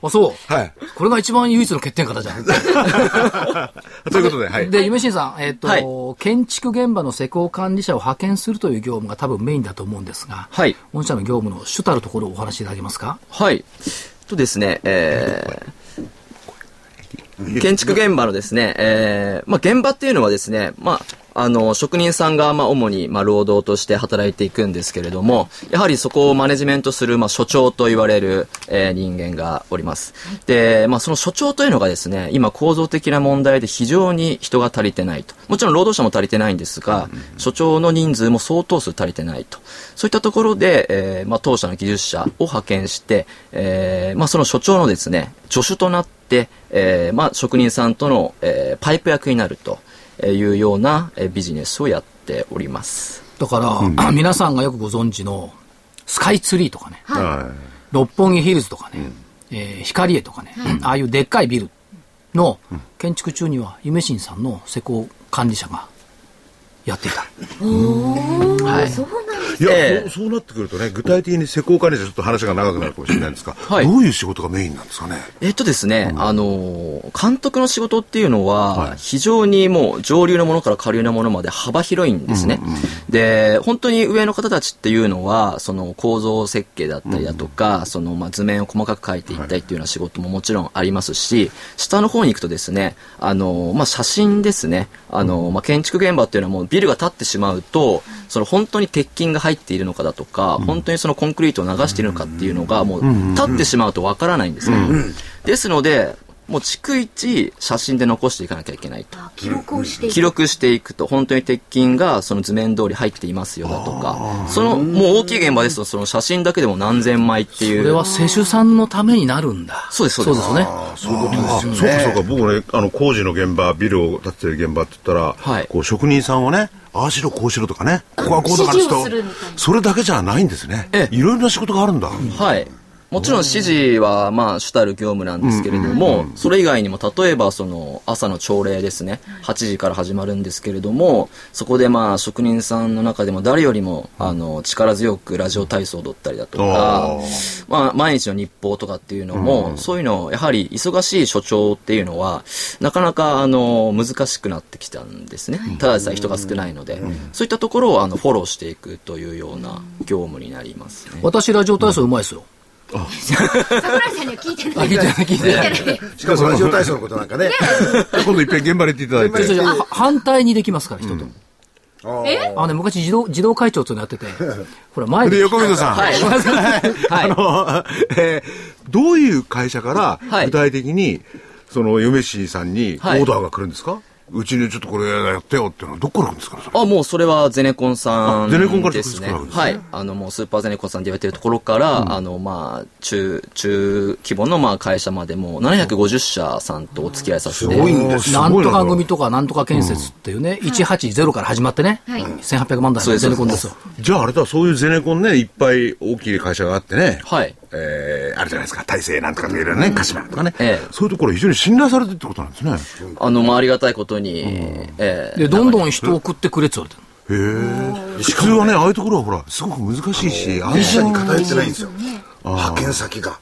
[SPEAKER 1] あ、そう。
[SPEAKER 4] はい。
[SPEAKER 1] これが一番唯一の欠点方じゃん。
[SPEAKER 4] ということで、はい。
[SPEAKER 1] で、夢新さん、えっ、と、
[SPEAKER 6] はい
[SPEAKER 1] 建築現場の施工管理者を派遣するという業務が多分メインだと思うんですが、
[SPEAKER 6] はい
[SPEAKER 1] 御社の業務の主たるところをお話しいただけますか
[SPEAKER 6] はい。とですね、えー建築現場のですね、えーまあ、現場っていうのはですね、まあ、あの、職人さんが、まあ、主に、まあ、労働として働いていくんですけれども、やはりそこをマネジメントする、まあ、所長と言われる、えー人間がおります。で、まあ、その所長というのがですね、今構造的な問題で非常に人が足りてないと。もちろん労働者も足りてないんですが、所長の人数も相当数足りてないと。そういったところで、えーまあ、当社の技術者を派遣して、えーまあ、その所長のですね、助手となって、えーまあ、職人さんとの、えーパイプ役になるというようなえービジネスをやっております。
[SPEAKER 1] だから、 皆さんがよくご存知の、スカイツリーとかね、
[SPEAKER 4] は
[SPEAKER 1] 六本木ヒルズとかね、えー光栄とかね、ああいうでっかいビルの建築中には、夢新さんの施工管理者がやっていた。
[SPEAKER 5] おーそうなんです
[SPEAKER 4] い。いや、
[SPEAKER 6] え
[SPEAKER 4] そ
[SPEAKER 6] え
[SPEAKER 4] うそうなってくるとね、具体的に施工管理者、ちょっと話が長くなるかもしれないんですが、
[SPEAKER 6] はい
[SPEAKER 4] どういう仕事がメインなんですかね。
[SPEAKER 6] えっとですね、あのー、監督の仕事っていうの
[SPEAKER 4] は
[SPEAKER 6] は、
[SPEAKER 4] い
[SPEAKER 6] 非常にもう上流のものから下流のものまで幅広いんですね。で、本当に上の方たちっていうのは、その構造設計だったりだとか、そのまあ図面を細かく描いていったりっていうような仕事ももちろんありますし、下の方に行くとですね、あのー、まあ写真ですね、あのー、まあ建築現場っていうのはもうビルが建ってしまうと、その本当に鉄筋が入っているのかだとか、本当にそのコンクリートを流しているのかっていうのが、もう立ってしまうとわからないんですね。ですので、もう逐一写真で残していかなきゃいけないと。
[SPEAKER 5] あ記録をしてい
[SPEAKER 6] 記録していくと、本当に鉄筋がその図面通り入っていますよだとか、その、もう大きい現場ですと、その写真だけでも何千枚っていう。
[SPEAKER 1] これは施主さんのためになるんだ。
[SPEAKER 6] そうですそうです
[SPEAKER 1] よね。
[SPEAKER 3] そういうこと
[SPEAKER 4] あ
[SPEAKER 3] ですよ
[SPEAKER 4] そう
[SPEAKER 3] ね。
[SPEAKER 4] かそうか、僕ね、あの工事の現場、ビルを建ててる現場って言ったら、
[SPEAKER 6] はい
[SPEAKER 4] こう職人さんはね、ああしろこうしろとかね、ここはこうだから
[SPEAKER 5] 指
[SPEAKER 4] ちょ
[SPEAKER 5] 示を
[SPEAKER 4] っと
[SPEAKER 5] するみたいな
[SPEAKER 4] それだけじゃないんですね
[SPEAKER 6] え。え
[SPEAKER 4] いろいろな仕事があるんだ。
[SPEAKER 6] はい。もちろん指示は、まあ、主たる業務なんですけれども、それ以外にも、例えば、その、朝の朝礼ですね、8時から始まるんですけれども、そこで、まあ、職人さんの中でも誰よりも、あの、力強くラジオ体操を踊ったりだとか
[SPEAKER 4] あ、
[SPEAKER 6] まあ、毎日の日報とかっていうのも、そういうのを、やはり、忙しい所長っていうのは、なかなか、あの、難しくなってきたんですね。ただでさえ人が少ないので、そういったところを、あの、フォローしていくというような業務になりますね。
[SPEAKER 1] 私、ラジオ体操うまいですよ。
[SPEAKER 5] 桜井さんには聞いてない。
[SPEAKER 1] 聞いてない、聞いてない。
[SPEAKER 3] しかもラジオ体操のことなんかね。
[SPEAKER 4] 今度いっぺん現場に行っていただい
[SPEAKER 1] そう
[SPEAKER 4] て。
[SPEAKER 1] じゃあ反対にできますから、人と。
[SPEAKER 3] あー
[SPEAKER 1] あのね、昔、児童、児童会長っていうのやってて、ほら、前
[SPEAKER 4] で、
[SPEAKER 1] で。
[SPEAKER 4] 横溝さん。
[SPEAKER 6] はい
[SPEAKER 1] ごめんなさい
[SPEAKER 6] はい
[SPEAKER 4] あの、 えーどういう会社か
[SPEAKER 6] は
[SPEAKER 4] ら
[SPEAKER 6] い
[SPEAKER 4] 具体的に、その、嫁氏さんにオー
[SPEAKER 6] はい
[SPEAKER 4] ダーが来るんですか、うちにちょっとこれやってよっていうのはどっから来るんですかねそれ
[SPEAKER 6] あ、もうそれはゼネコンさ
[SPEAKER 4] あゼネコンから
[SPEAKER 6] んですね。
[SPEAKER 4] 直接来るわけですね
[SPEAKER 6] はい。あの、もうスーパーゼネコンさんで言われてるところから、あの、まあ、中、中規模のまあ会社までもう750社さんとお付き合いさせて。
[SPEAKER 3] 多いんです。
[SPEAKER 1] な
[SPEAKER 4] すご
[SPEAKER 1] ん
[SPEAKER 4] い
[SPEAKER 1] と
[SPEAKER 4] な
[SPEAKER 1] か組とか、なんとか建設っていうね、180から始まってね、
[SPEAKER 5] はい
[SPEAKER 1] 1800万台
[SPEAKER 6] そ
[SPEAKER 1] の
[SPEAKER 6] うです
[SPEAKER 1] ゼネコンですよ。
[SPEAKER 4] じゃああれだ、そういうゼネコンね、いっぱい大きい会社があってね。
[SPEAKER 6] はい
[SPEAKER 4] えー、あるじゃないですか。大成なんとかとかいろいろね、鹿島とかね。
[SPEAKER 6] ええ
[SPEAKER 4] そういうところ非常に信頼されてるってことなんですね。
[SPEAKER 6] あの、まあ、ありがたいことに、ええ
[SPEAKER 1] で、どんどん人を送ってくれって言われてる。
[SPEAKER 4] へえ。普通はね、ああいうところはほら、すごく難しいし、安
[SPEAKER 3] 一社
[SPEAKER 4] 心
[SPEAKER 3] に偏ってないんですよ。派遣先が。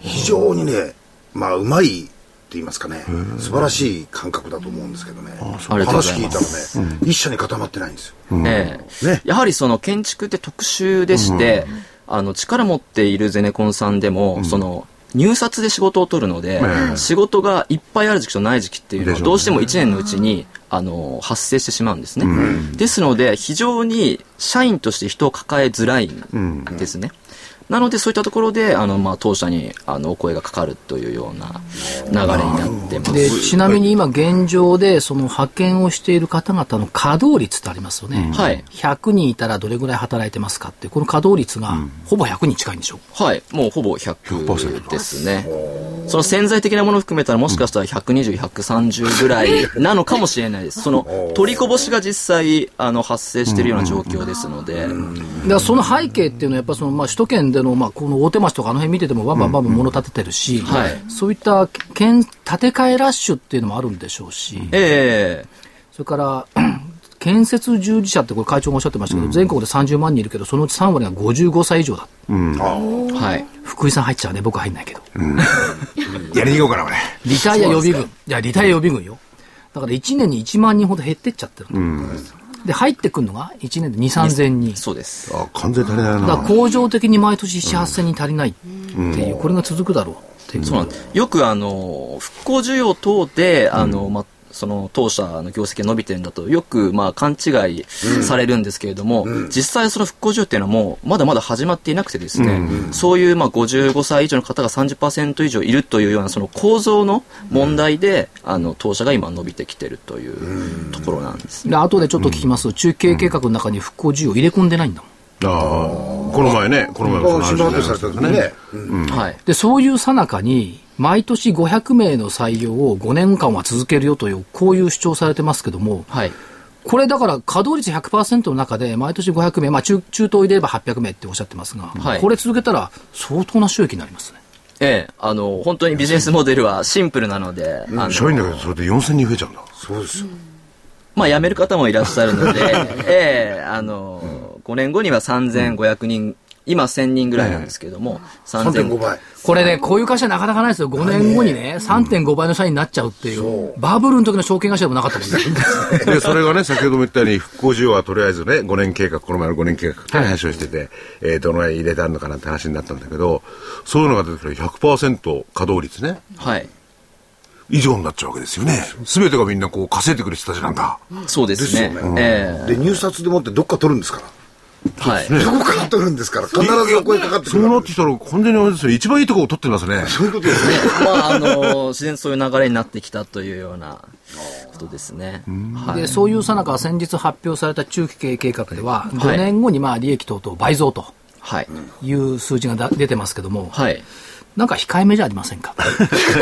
[SPEAKER 3] 非常にね、まあ、うまいって言いますかね、素晴らしい感覚だと思うんですけどね。
[SPEAKER 6] ありがとうご
[SPEAKER 3] 話
[SPEAKER 6] ざい
[SPEAKER 3] 聞い
[SPEAKER 6] ま
[SPEAKER 3] たらね、一社に固まってないんですよ。
[SPEAKER 6] ええ
[SPEAKER 4] ね
[SPEAKER 6] やはりその建築って特殊でして、あの力持っているゼネコンさんでも、その入札で仕事を取るので、
[SPEAKER 4] ええ
[SPEAKER 6] 仕事がいっぱいある時期とない時期っていうの
[SPEAKER 4] で
[SPEAKER 6] は
[SPEAKER 4] しょうね
[SPEAKER 6] どうしても1年のうちにあの発生してしまうんですね、ですので非常に社員として人を抱えづらいんですね、なのでそういったところであの、まあ、当社にあのお声がかかるというような流れになってます
[SPEAKER 1] で、ちなみに今現状で、その派遣をしている方々の稼働率ってありますよね。
[SPEAKER 6] はい
[SPEAKER 1] 100人いたらどれぐらい働いてますかって、この稼働率がほぼ100に近いんでしょう。
[SPEAKER 6] はい、もうほぼ100ですね。その潜在的なものを含めたらもしかしたら120、130ぐらいなのかもしれないです。その取りこぼしが実際あの発生しているような状況ですので、
[SPEAKER 1] だからその背景っていうのは、やっぱそのまあ首都圏でのまあこの大手町とかあの辺見てても、バンバンバンバン物建ててるし、
[SPEAKER 6] はい
[SPEAKER 1] そういった建建て替えラッシュっていうのもあるんでしょうし、
[SPEAKER 6] ええ
[SPEAKER 1] それから 建設従事者って、これ、会長がおっしゃってましたけど、全国で30万人いるけど、そのうち3割が55歳以上だ、
[SPEAKER 6] はい。
[SPEAKER 1] 福井さん入っちゃうね、僕入んないけど、
[SPEAKER 4] やりに行こうかな、これ。
[SPEAKER 1] リタイア予備軍、いや、リタイア予備軍よ、だから1年に1万人ほど減ってっちゃってる、で入ってくるのが1年で2、3000人。
[SPEAKER 6] そうです。
[SPEAKER 4] あ、完全に足りない
[SPEAKER 1] だ
[SPEAKER 4] な
[SPEAKER 1] から。工場的に毎年7、8000人足りないっていう、これが続くだろうっていう。
[SPEAKER 6] そうなんです。よくあの、復興需要等で、あの、ま、その当社の業績が伸びてるんだと、よく、まあ、勘違いされるんですけれども、実際その復興需要っていうのはもう、まだまだ始まっていなくてですね、そういう、まあ、55歳以上の方が30%以上いるというような、その構造の問題で、あの、当社が今伸びてきてるというところなんですね。
[SPEAKER 1] で後でちょっと聞きます、中継計画の中に復興需要入れ込んでないんだもん。
[SPEAKER 4] あーこの前ね、この前もその
[SPEAKER 3] あ島
[SPEAKER 4] 話
[SPEAKER 3] 分けされた
[SPEAKER 4] に
[SPEAKER 3] 時
[SPEAKER 4] な
[SPEAKER 3] に
[SPEAKER 4] りましたけど
[SPEAKER 3] ね。
[SPEAKER 6] はい。
[SPEAKER 1] で、そういうさなかに、毎年500名の採用を5年間は続けるよという、こういう主張されてますけども、
[SPEAKER 6] はい。
[SPEAKER 1] これだから稼働率100%の中で、毎年500名、まあ中、中東入れれば800名っておっしゃってますが、
[SPEAKER 6] はい
[SPEAKER 1] これ続けたら相当な収益になりますね。
[SPEAKER 6] ええ、あの、本当にビジネスモデルはシンプルなので、あの
[SPEAKER 4] 社員だけどそれで4000人増えちゃうんだ。
[SPEAKER 3] そうですよ。
[SPEAKER 6] まあ、辞める方もいらっしゃるので、ええあの、 5年後には3500人、今1000人ぐらいなんですけれども、
[SPEAKER 3] 3.5倍。
[SPEAKER 1] これね、こういう会社なかなかないですよ。5年後にね、3.5倍の社員になっちゃうっていう。バブルの時の証券会社でもなかったもんね。
[SPEAKER 4] で、それがね、先ほども言ったように、復興需要はとりあえずね、5年計画、この前の5年計画って話をしてて、えーどのぐらい入れたのかなって話になったんだけど、そういうのが出てくる100%稼働率ね、
[SPEAKER 6] はい。
[SPEAKER 4] 以上になっちゃうわけですよね。すべてがみんなこう、稼いでくる人たちなんだ。
[SPEAKER 6] そうですね。え
[SPEAKER 3] で、入札でもってどっか取るんですから。
[SPEAKER 6] えはい。
[SPEAKER 3] どこから取るんですから。必ずお声かかってく
[SPEAKER 4] そ
[SPEAKER 3] る。
[SPEAKER 4] うなってきたら、完全にあれですよね、一番いいところを取ってますね。
[SPEAKER 3] そういうことですね。
[SPEAKER 6] まあ、あの、自然とそういう流れになってきたというようなことですね。は
[SPEAKER 1] で
[SPEAKER 6] い。
[SPEAKER 1] そういうさなか先日発表された中期経営計画では、5年後にまあ利益等々倍増と
[SPEAKER 6] はい。
[SPEAKER 1] いう数字がだ出てますけども、
[SPEAKER 6] はい。
[SPEAKER 1] なんか控えめじゃありませんか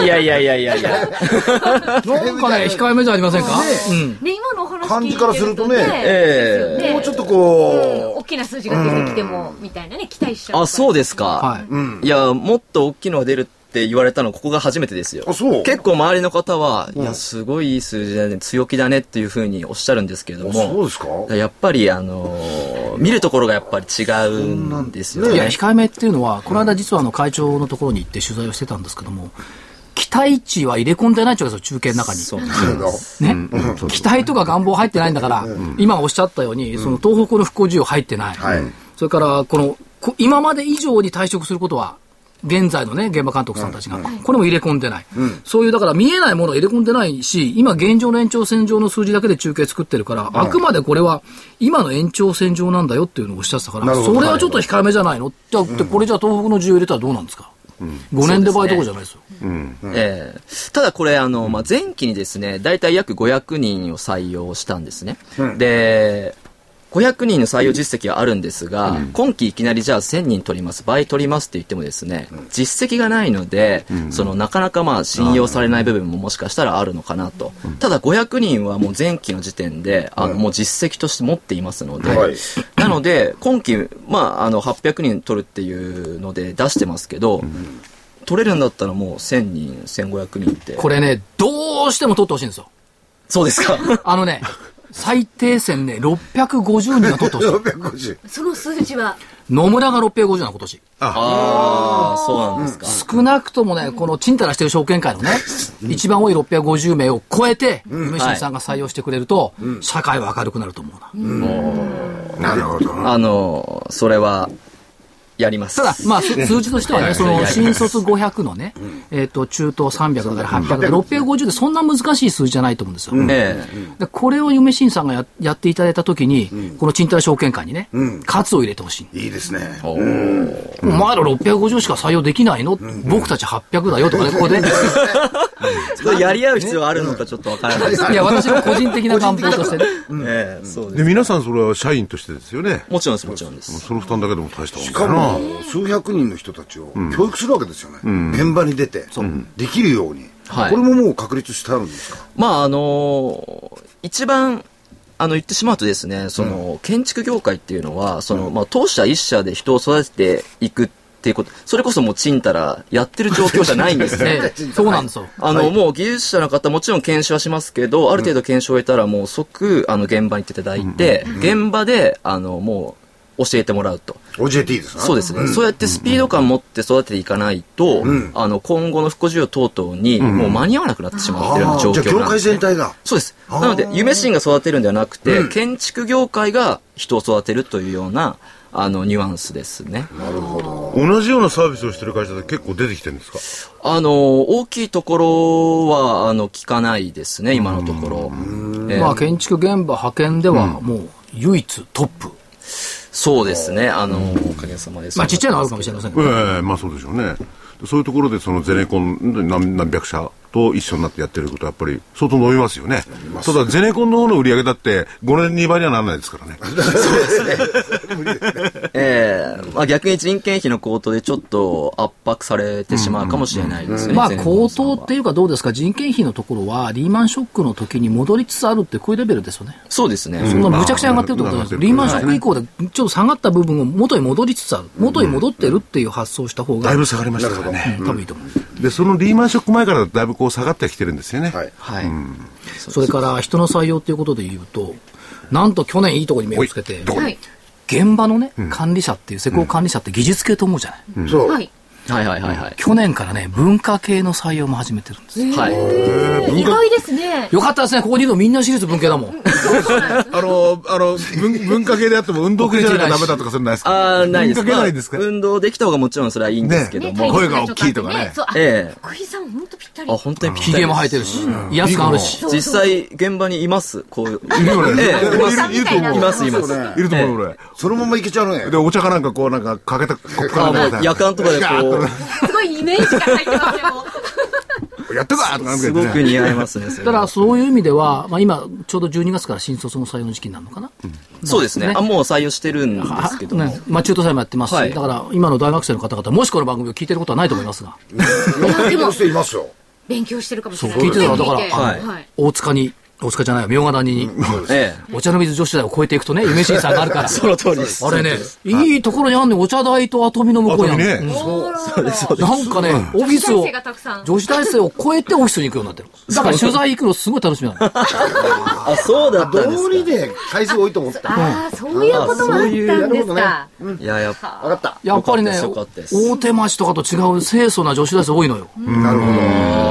[SPEAKER 6] いやいやいやいやい や。
[SPEAKER 1] なんかね、控えめじゃありませんか、うん
[SPEAKER 7] ね、今のお話
[SPEAKER 3] 感
[SPEAKER 7] 聞い
[SPEAKER 3] じ
[SPEAKER 7] て
[SPEAKER 3] からするとね
[SPEAKER 7] ですよね
[SPEAKER 3] もうちょっとこ
[SPEAKER 7] 大きな数字が出てきても、みたいなね、期待しちゃうから。
[SPEAKER 6] あ、そうですか。
[SPEAKER 1] はい
[SPEAKER 6] いや、もっと大きいのが出るって言われたの、ここが初めてですよ。
[SPEAKER 3] あそう
[SPEAKER 6] 結構周りの方は、いや、すごいいい数字だね、強気だねっていうふうにおっしゃるんですけれど
[SPEAKER 3] う。
[SPEAKER 6] も。
[SPEAKER 3] そうですか
[SPEAKER 6] やっぱり、あのー見るところがやっぱり違うんですよ
[SPEAKER 1] いや、
[SPEAKER 6] ね。
[SPEAKER 1] 控えめっていうのは、この間実はあの会長のところに行って取材をしてたんですけども、期待値は入れ込んでないってことですよ、中継の中に。
[SPEAKER 6] そう
[SPEAKER 1] ね、期待とか願望入ってないんだから、今おっしゃったように、その東北の復興需要入ってない、
[SPEAKER 3] はい
[SPEAKER 1] それからこのこ今まで以上に退職することは、現在のね、現場監督さんたちが、これも入れ込んでない、そういうだから見えないものを入れ込んでないし、今、現状の延長線上の数字だけで中継作ってるから、あくまでこれは今の延長線上なんだよっていうのをおっしゃってたから、
[SPEAKER 3] なるほど
[SPEAKER 1] それはちょっと控えめじゃないの、じゃあでこれじゃあ東北の需要入れたらどうなんですか、5年で倍どころじゃないですよ。
[SPEAKER 6] ええただこれ、あの、まあ、前期にですね、大体約500人を採用したんですね。で、500人の採用実績はあるんですが、今期いきなりじゃあ1000人取ります、倍取りますって言ってもですね、実績がないので、そのなかなかまあ信用されない部分ももしかしたらあるのかなと。ただ500人はもう前期の時点で、あのもう実績として持っていますので、
[SPEAKER 3] はい
[SPEAKER 6] なので、今期、まあ、あの、800人取るっていうので出してますけど、取れるんだったらもう1000人、1500人って。
[SPEAKER 1] これね、どうしても取ってほしいんですよ。
[SPEAKER 6] そうですか。
[SPEAKER 1] あのね、最低線ね、650人が取って ほしい。
[SPEAKER 3] 650。
[SPEAKER 7] その数字は、
[SPEAKER 1] 野村が650な今年。
[SPEAKER 6] ああ、そうなんですか。
[SPEAKER 1] 少なくともね、このちんたらしてる証券会のね、一番多い650名を超えて、梅新さんが採用してくれると、社会は明るくなると思うな。
[SPEAKER 3] なるほど。
[SPEAKER 6] あの、それは、やります。
[SPEAKER 1] ただ、まあ、す数字としてはね、その、新卒500のね、えっと、中東300だから800だから、650でそんな難しい数字じゃないと思うんですよ。
[SPEAKER 6] ええ
[SPEAKER 1] でこれを夢新さんがややっていただいたときに、この賃貸証券会にね、喝を入れてほしい。
[SPEAKER 3] いいですね。
[SPEAKER 1] お前ら650しか採用できないの、僕たち800だよとかね、ここ で。
[SPEAKER 6] それやり合う必要あるのかちょっとわからないですけ
[SPEAKER 1] いや、私の個人的な願望としてね。
[SPEAKER 6] ど。ええそう
[SPEAKER 4] で、
[SPEAKER 6] です。
[SPEAKER 4] 皆さんそれは社員としてですよね。
[SPEAKER 6] もちろんです、もちろんです。
[SPEAKER 4] その負担だけでも大したもん
[SPEAKER 3] し
[SPEAKER 4] だ
[SPEAKER 3] か
[SPEAKER 4] な。
[SPEAKER 3] も、数百人の人たちを教育するわけですよね。現場に出て、できるように。こ
[SPEAKER 6] はい
[SPEAKER 3] れももう確立してあるんですか
[SPEAKER 6] まあ、あの、一番、あの、言ってしまうとですね、その、建築業界っていうのは、その、まあ、当社一社で人を育てていくっていうこと、それこそもう、ちんたら、やってる状況じゃないん ですね。
[SPEAKER 1] ええそうなんですよ。
[SPEAKER 6] あの、もう技術者の方もちろん研修はしますけど、ある程度研修を終えたらもう即、あの、現場に行っていただいて、現場で、あの、もう、教えてもらうと。
[SPEAKER 3] ?OJT ですな。
[SPEAKER 6] そうですね。そうやってスピード感持って育てていかないと、あの、今後の復興需要等々に、もう間に合わなくなってしまっているよう
[SPEAKER 3] あ
[SPEAKER 6] な
[SPEAKER 3] あ
[SPEAKER 6] 状
[SPEAKER 3] じゃあ、
[SPEAKER 6] 況
[SPEAKER 3] 業
[SPEAKER 6] なん
[SPEAKER 3] 界
[SPEAKER 6] ですね
[SPEAKER 3] 全体が。
[SPEAKER 6] そうです。なので、夢新が育てるんではなくて、建築業界が人を育てるというような、あの、ニュアンスですね。
[SPEAKER 4] 同じようなサービスをしてる会社で結構出てきてるんですか
[SPEAKER 6] あの、大きいところは、あの、聞かないですね、今のところ。ええ
[SPEAKER 1] まあ、建築現場派遣では、もう、唯一トップ。
[SPEAKER 6] そうですね、あの、おかげさまです。
[SPEAKER 1] まあ、ちっちゃいのはあるかもしれませんけ
[SPEAKER 4] え
[SPEAKER 1] ど。
[SPEAKER 4] えまあそうでしょうね。そういうところでそのゼネコン何何百社と一緒になってやってることはやっぱり相当伸びますよね。ただゼネコンの方の売り上げだって5年2倍にはならないですからね。
[SPEAKER 6] ええまあ逆に人件費の高騰でちょっと圧迫されてしまうかもしれないですね。
[SPEAKER 1] まあ、
[SPEAKER 6] 全
[SPEAKER 1] 高
[SPEAKER 6] 国さん
[SPEAKER 1] 騰
[SPEAKER 6] は
[SPEAKER 1] っていうかどうですか、人件費のところは、リーマンショックの時に戻りつつあるって、こういうレベルですよね。
[SPEAKER 6] そうですね。
[SPEAKER 1] そんなむちゃくちゃ上がってるってことなんですよ。
[SPEAKER 4] まあ
[SPEAKER 1] リーマンショック以降で、ちょっと下がった部分を元に戻りつつある。元に戻ってるっていう発想をした方が、
[SPEAKER 4] だいぶ
[SPEAKER 1] う
[SPEAKER 4] 下がりましたからね。
[SPEAKER 1] ん多分いいと思う。
[SPEAKER 4] で、そのリーマンショック前からだいぶこう下がってはきてるんですよね。
[SPEAKER 3] はい。
[SPEAKER 6] はい。
[SPEAKER 1] それから、人の採用っていうことで言うと、なんと去年いいところに目をつけて、
[SPEAKER 4] どこ
[SPEAKER 7] はい。
[SPEAKER 1] 現場のね、管理者っていう、施工管理者って技術系と思うじゃない。
[SPEAKER 3] そう。
[SPEAKER 7] はい。
[SPEAKER 6] はいはいはいはい。
[SPEAKER 1] 去年からね、文化系の採用も始めてるんですよ。
[SPEAKER 6] はい。
[SPEAKER 7] 意外ですね。
[SPEAKER 1] よかったですね、ここにいるのみんな私立文系だもん。
[SPEAKER 8] あの、あの、文文化系であっても運動系じゃないとダメだとかそれないですか
[SPEAKER 6] あーないです
[SPEAKER 8] 文化系ないですか
[SPEAKER 6] まあ運動できた方がもちろんそれはいいんですけど
[SPEAKER 7] ね
[SPEAKER 6] も。
[SPEAKER 8] もう声が大きいとかね
[SPEAKER 7] そうあ
[SPEAKER 6] ええ
[SPEAKER 7] 福井さん、本当ぴったり
[SPEAKER 6] あ、。本当にぴったりです。
[SPEAKER 1] ひげも生えてるし、威圧感あるし。
[SPEAKER 6] 実際、現場にいます。こう。
[SPEAKER 8] いるよね。
[SPEAKER 6] ええ、いま
[SPEAKER 8] いるいると思う。
[SPEAKER 6] います、います。
[SPEAKER 8] いると思う、俺。
[SPEAKER 3] そのままいけちゃうね
[SPEAKER 8] で、。お茶かなんかこう、なんかかけた、こっから
[SPEAKER 6] あ
[SPEAKER 8] なん
[SPEAKER 6] も
[SPEAKER 8] か
[SPEAKER 6] う、夜間とかでこ
[SPEAKER 7] すごいイメージが入ってますね、もう。
[SPEAKER 8] やったぞとかな
[SPEAKER 6] う、
[SPEAKER 8] んか言
[SPEAKER 6] す
[SPEAKER 8] って
[SPEAKER 6] ご
[SPEAKER 8] ね
[SPEAKER 6] く似合いますね。それ
[SPEAKER 1] ただ、そういう意味では、まあ、今、ちょうど12月から新卒の採用の時期になるのかな。
[SPEAKER 6] そうですね。あ、もう採用してるんですけども。
[SPEAKER 1] ねまあ、中途採用もやってますし、
[SPEAKER 6] はい
[SPEAKER 1] だから今の大学生の方々、もしこの番組を聞いてることはないと思いますが、
[SPEAKER 3] 勉強していますよ。
[SPEAKER 7] 勉強してるかもしれない。
[SPEAKER 1] そう聞いてたらだから
[SPEAKER 7] 聞いて
[SPEAKER 6] はい
[SPEAKER 7] はい。
[SPEAKER 1] 大塚に、大塚じゃないよ、明賀谷に、
[SPEAKER 6] ええ。
[SPEAKER 1] お茶の水女子大を超えていくと ね、夢審査があるから。
[SPEAKER 6] その通りです。
[SPEAKER 1] あれね、いいところにあんねんお茶台とアトミの向こうにあんねん
[SPEAKER 8] アトミ
[SPEAKER 7] そうです。
[SPEAKER 1] うんなんかね、オフィス
[SPEAKER 7] 女子大
[SPEAKER 1] を
[SPEAKER 7] 生がたくさん、
[SPEAKER 1] 女子大生を超えてオフィスに行くようになってる。だから取材行くのすごい楽しみなの。
[SPEAKER 6] あ、そうだったんで
[SPEAKER 3] 道理
[SPEAKER 6] す
[SPEAKER 3] で回数多いと思った。
[SPEAKER 7] ああ、そういうこともあったんですか。
[SPEAKER 6] か。いや、やっぱ。
[SPEAKER 3] わかった。
[SPEAKER 1] やっぱりね
[SPEAKER 6] よかったで、す
[SPEAKER 1] 大手町とかと違う清楚な女子大生多いのよ。
[SPEAKER 3] なるほど。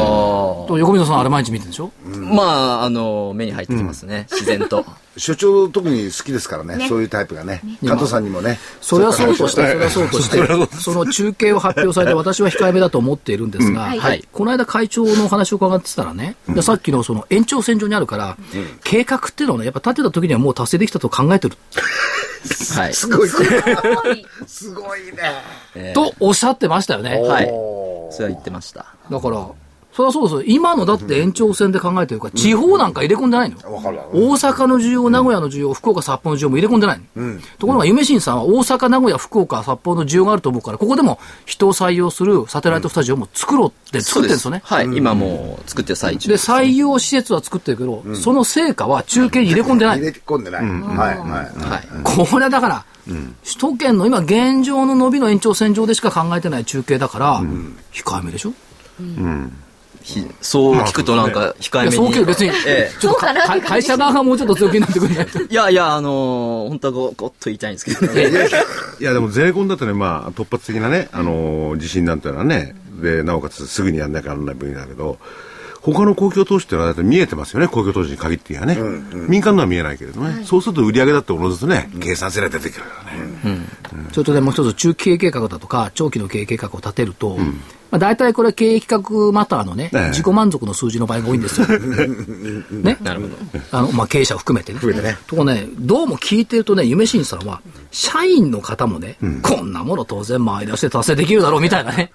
[SPEAKER 1] と横溝さんあれ毎日見てるでしょ
[SPEAKER 6] まあ、あの、目に入ってきますね。自 然と。
[SPEAKER 3] 所長特に好きですからねそういうタイプがね加藤さんにもね
[SPEAKER 1] それはそうとして、
[SPEAKER 3] ち
[SPEAKER 1] それはそうとして、その中継を発表されて、私は控えめだと思っているんですが、
[SPEAKER 7] い
[SPEAKER 1] はいこの間会長のお話を伺ってたらね、でさっきのその延長線上にあるから、計画っていうのはね、やっぱ立てた時にはもう達成できたと考えてる、
[SPEAKER 6] は
[SPEAKER 3] ょっと話をした
[SPEAKER 6] い。
[SPEAKER 3] いすごい
[SPEAKER 7] すごい
[SPEAKER 3] すごいね
[SPEAKER 1] とおっしゃってましたよね。
[SPEAKER 6] はい。それは言ってました。
[SPEAKER 1] だから、それはそうですよ。今のだって延長線で考えてるから、地方なんか入れ込んでないのよ。
[SPEAKER 3] わかるわ
[SPEAKER 1] 大阪の需要、名古屋の需要、福岡、札幌の需要も入れ込んでないの、ところが、夢新さんは大阪、名古屋、福岡、札幌の需要があると思うから、ここでも人を採用するサテライトスタジオも作ろうって作ってるんですよね。
[SPEAKER 6] はい。今もう、作ってる最中
[SPEAKER 1] で、。採用施設は作ってるけど、その成果は中継に入れ込んでない
[SPEAKER 3] 入。れ込んでないはいはい
[SPEAKER 6] はい。
[SPEAKER 1] これはだから、首都圏の今現状の伸びの延長線上でしか考えてない中継だから、控えめでしょ
[SPEAKER 6] ひそう聞くとなんか、控え
[SPEAKER 1] い
[SPEAKER 6] め
[SPEAKER 1] や、
[SPEAKER 6] に。
[SPEAKER 1] そうけど別に、
[SPEAKER 6] え
[SPEAKER 1] ちょっとかか会社側がもうちょっと強気になってくれないと。
[SPEAKER 6] え。いやいや、あのー、本当はご、ごっと言いたいんですけどね。
[SPEAKER 4] いやでも税込だとね、まあ、突発的なね、あのー地震なんていうのはねでなおかつすぐにやんなきゃならない分野だけど他の公共投資っていうのはだって見えてますよね公共投資に限って言えばね、民間のは見えないけれどね、そうすると売り上げだっておのずとね、計算せら出てくるからね、
[SPEAKER 1] ちょっとでもう一つ中期経営計画だとか、長期の経営計画を立てると、まあ、大体これは経営企画マターのね、
[SPEAKER 4] ええ
[SPEAKER 1] 自己満足の数字の場合が多いん ですよ。ね。なるほど。あの、まあ、経営者を含めてね。とこね、どうも聞いてるとね、夢新さんは、社員の方もね、こんなもの当然前出して達成できるだろうみたいなね、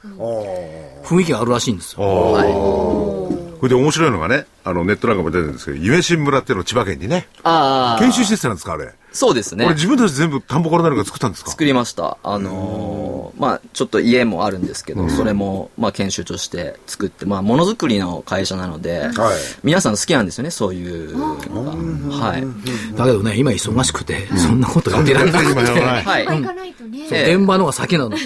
[SPEAKER 1] 雰囲気があるらしいんですよ。
[SPEAKER 4] それで面白いのがねあのネットなんかも出てるんですけど夢新村っていうの千葉県にね
[SPEAKER 6] ああ、
[SPEAKER 8] 研修施設なんですか、あれ。
[SPEAKER 6] そうですね
[SPEAKER 4] これ。自分たち全部田んぼから何か作ったんですか
[SPEAKER 6] 作りました。あのーまあ、ちょっと家もあるんですけど、それも、まあ、研修として作って、まあ、ものづくりの会社なので、皆さん好きなんですよね、そういうのが。はい。
[SPEAKER 1] だけどね、今忙しくて、そんなこと言ってられ なくて、
[SPEAKER 6] はい。
[SPEAKER 7] 行かないとね。
[SPEAKER 6] ええ
[SPEAKER 1] 現場の方が先なの。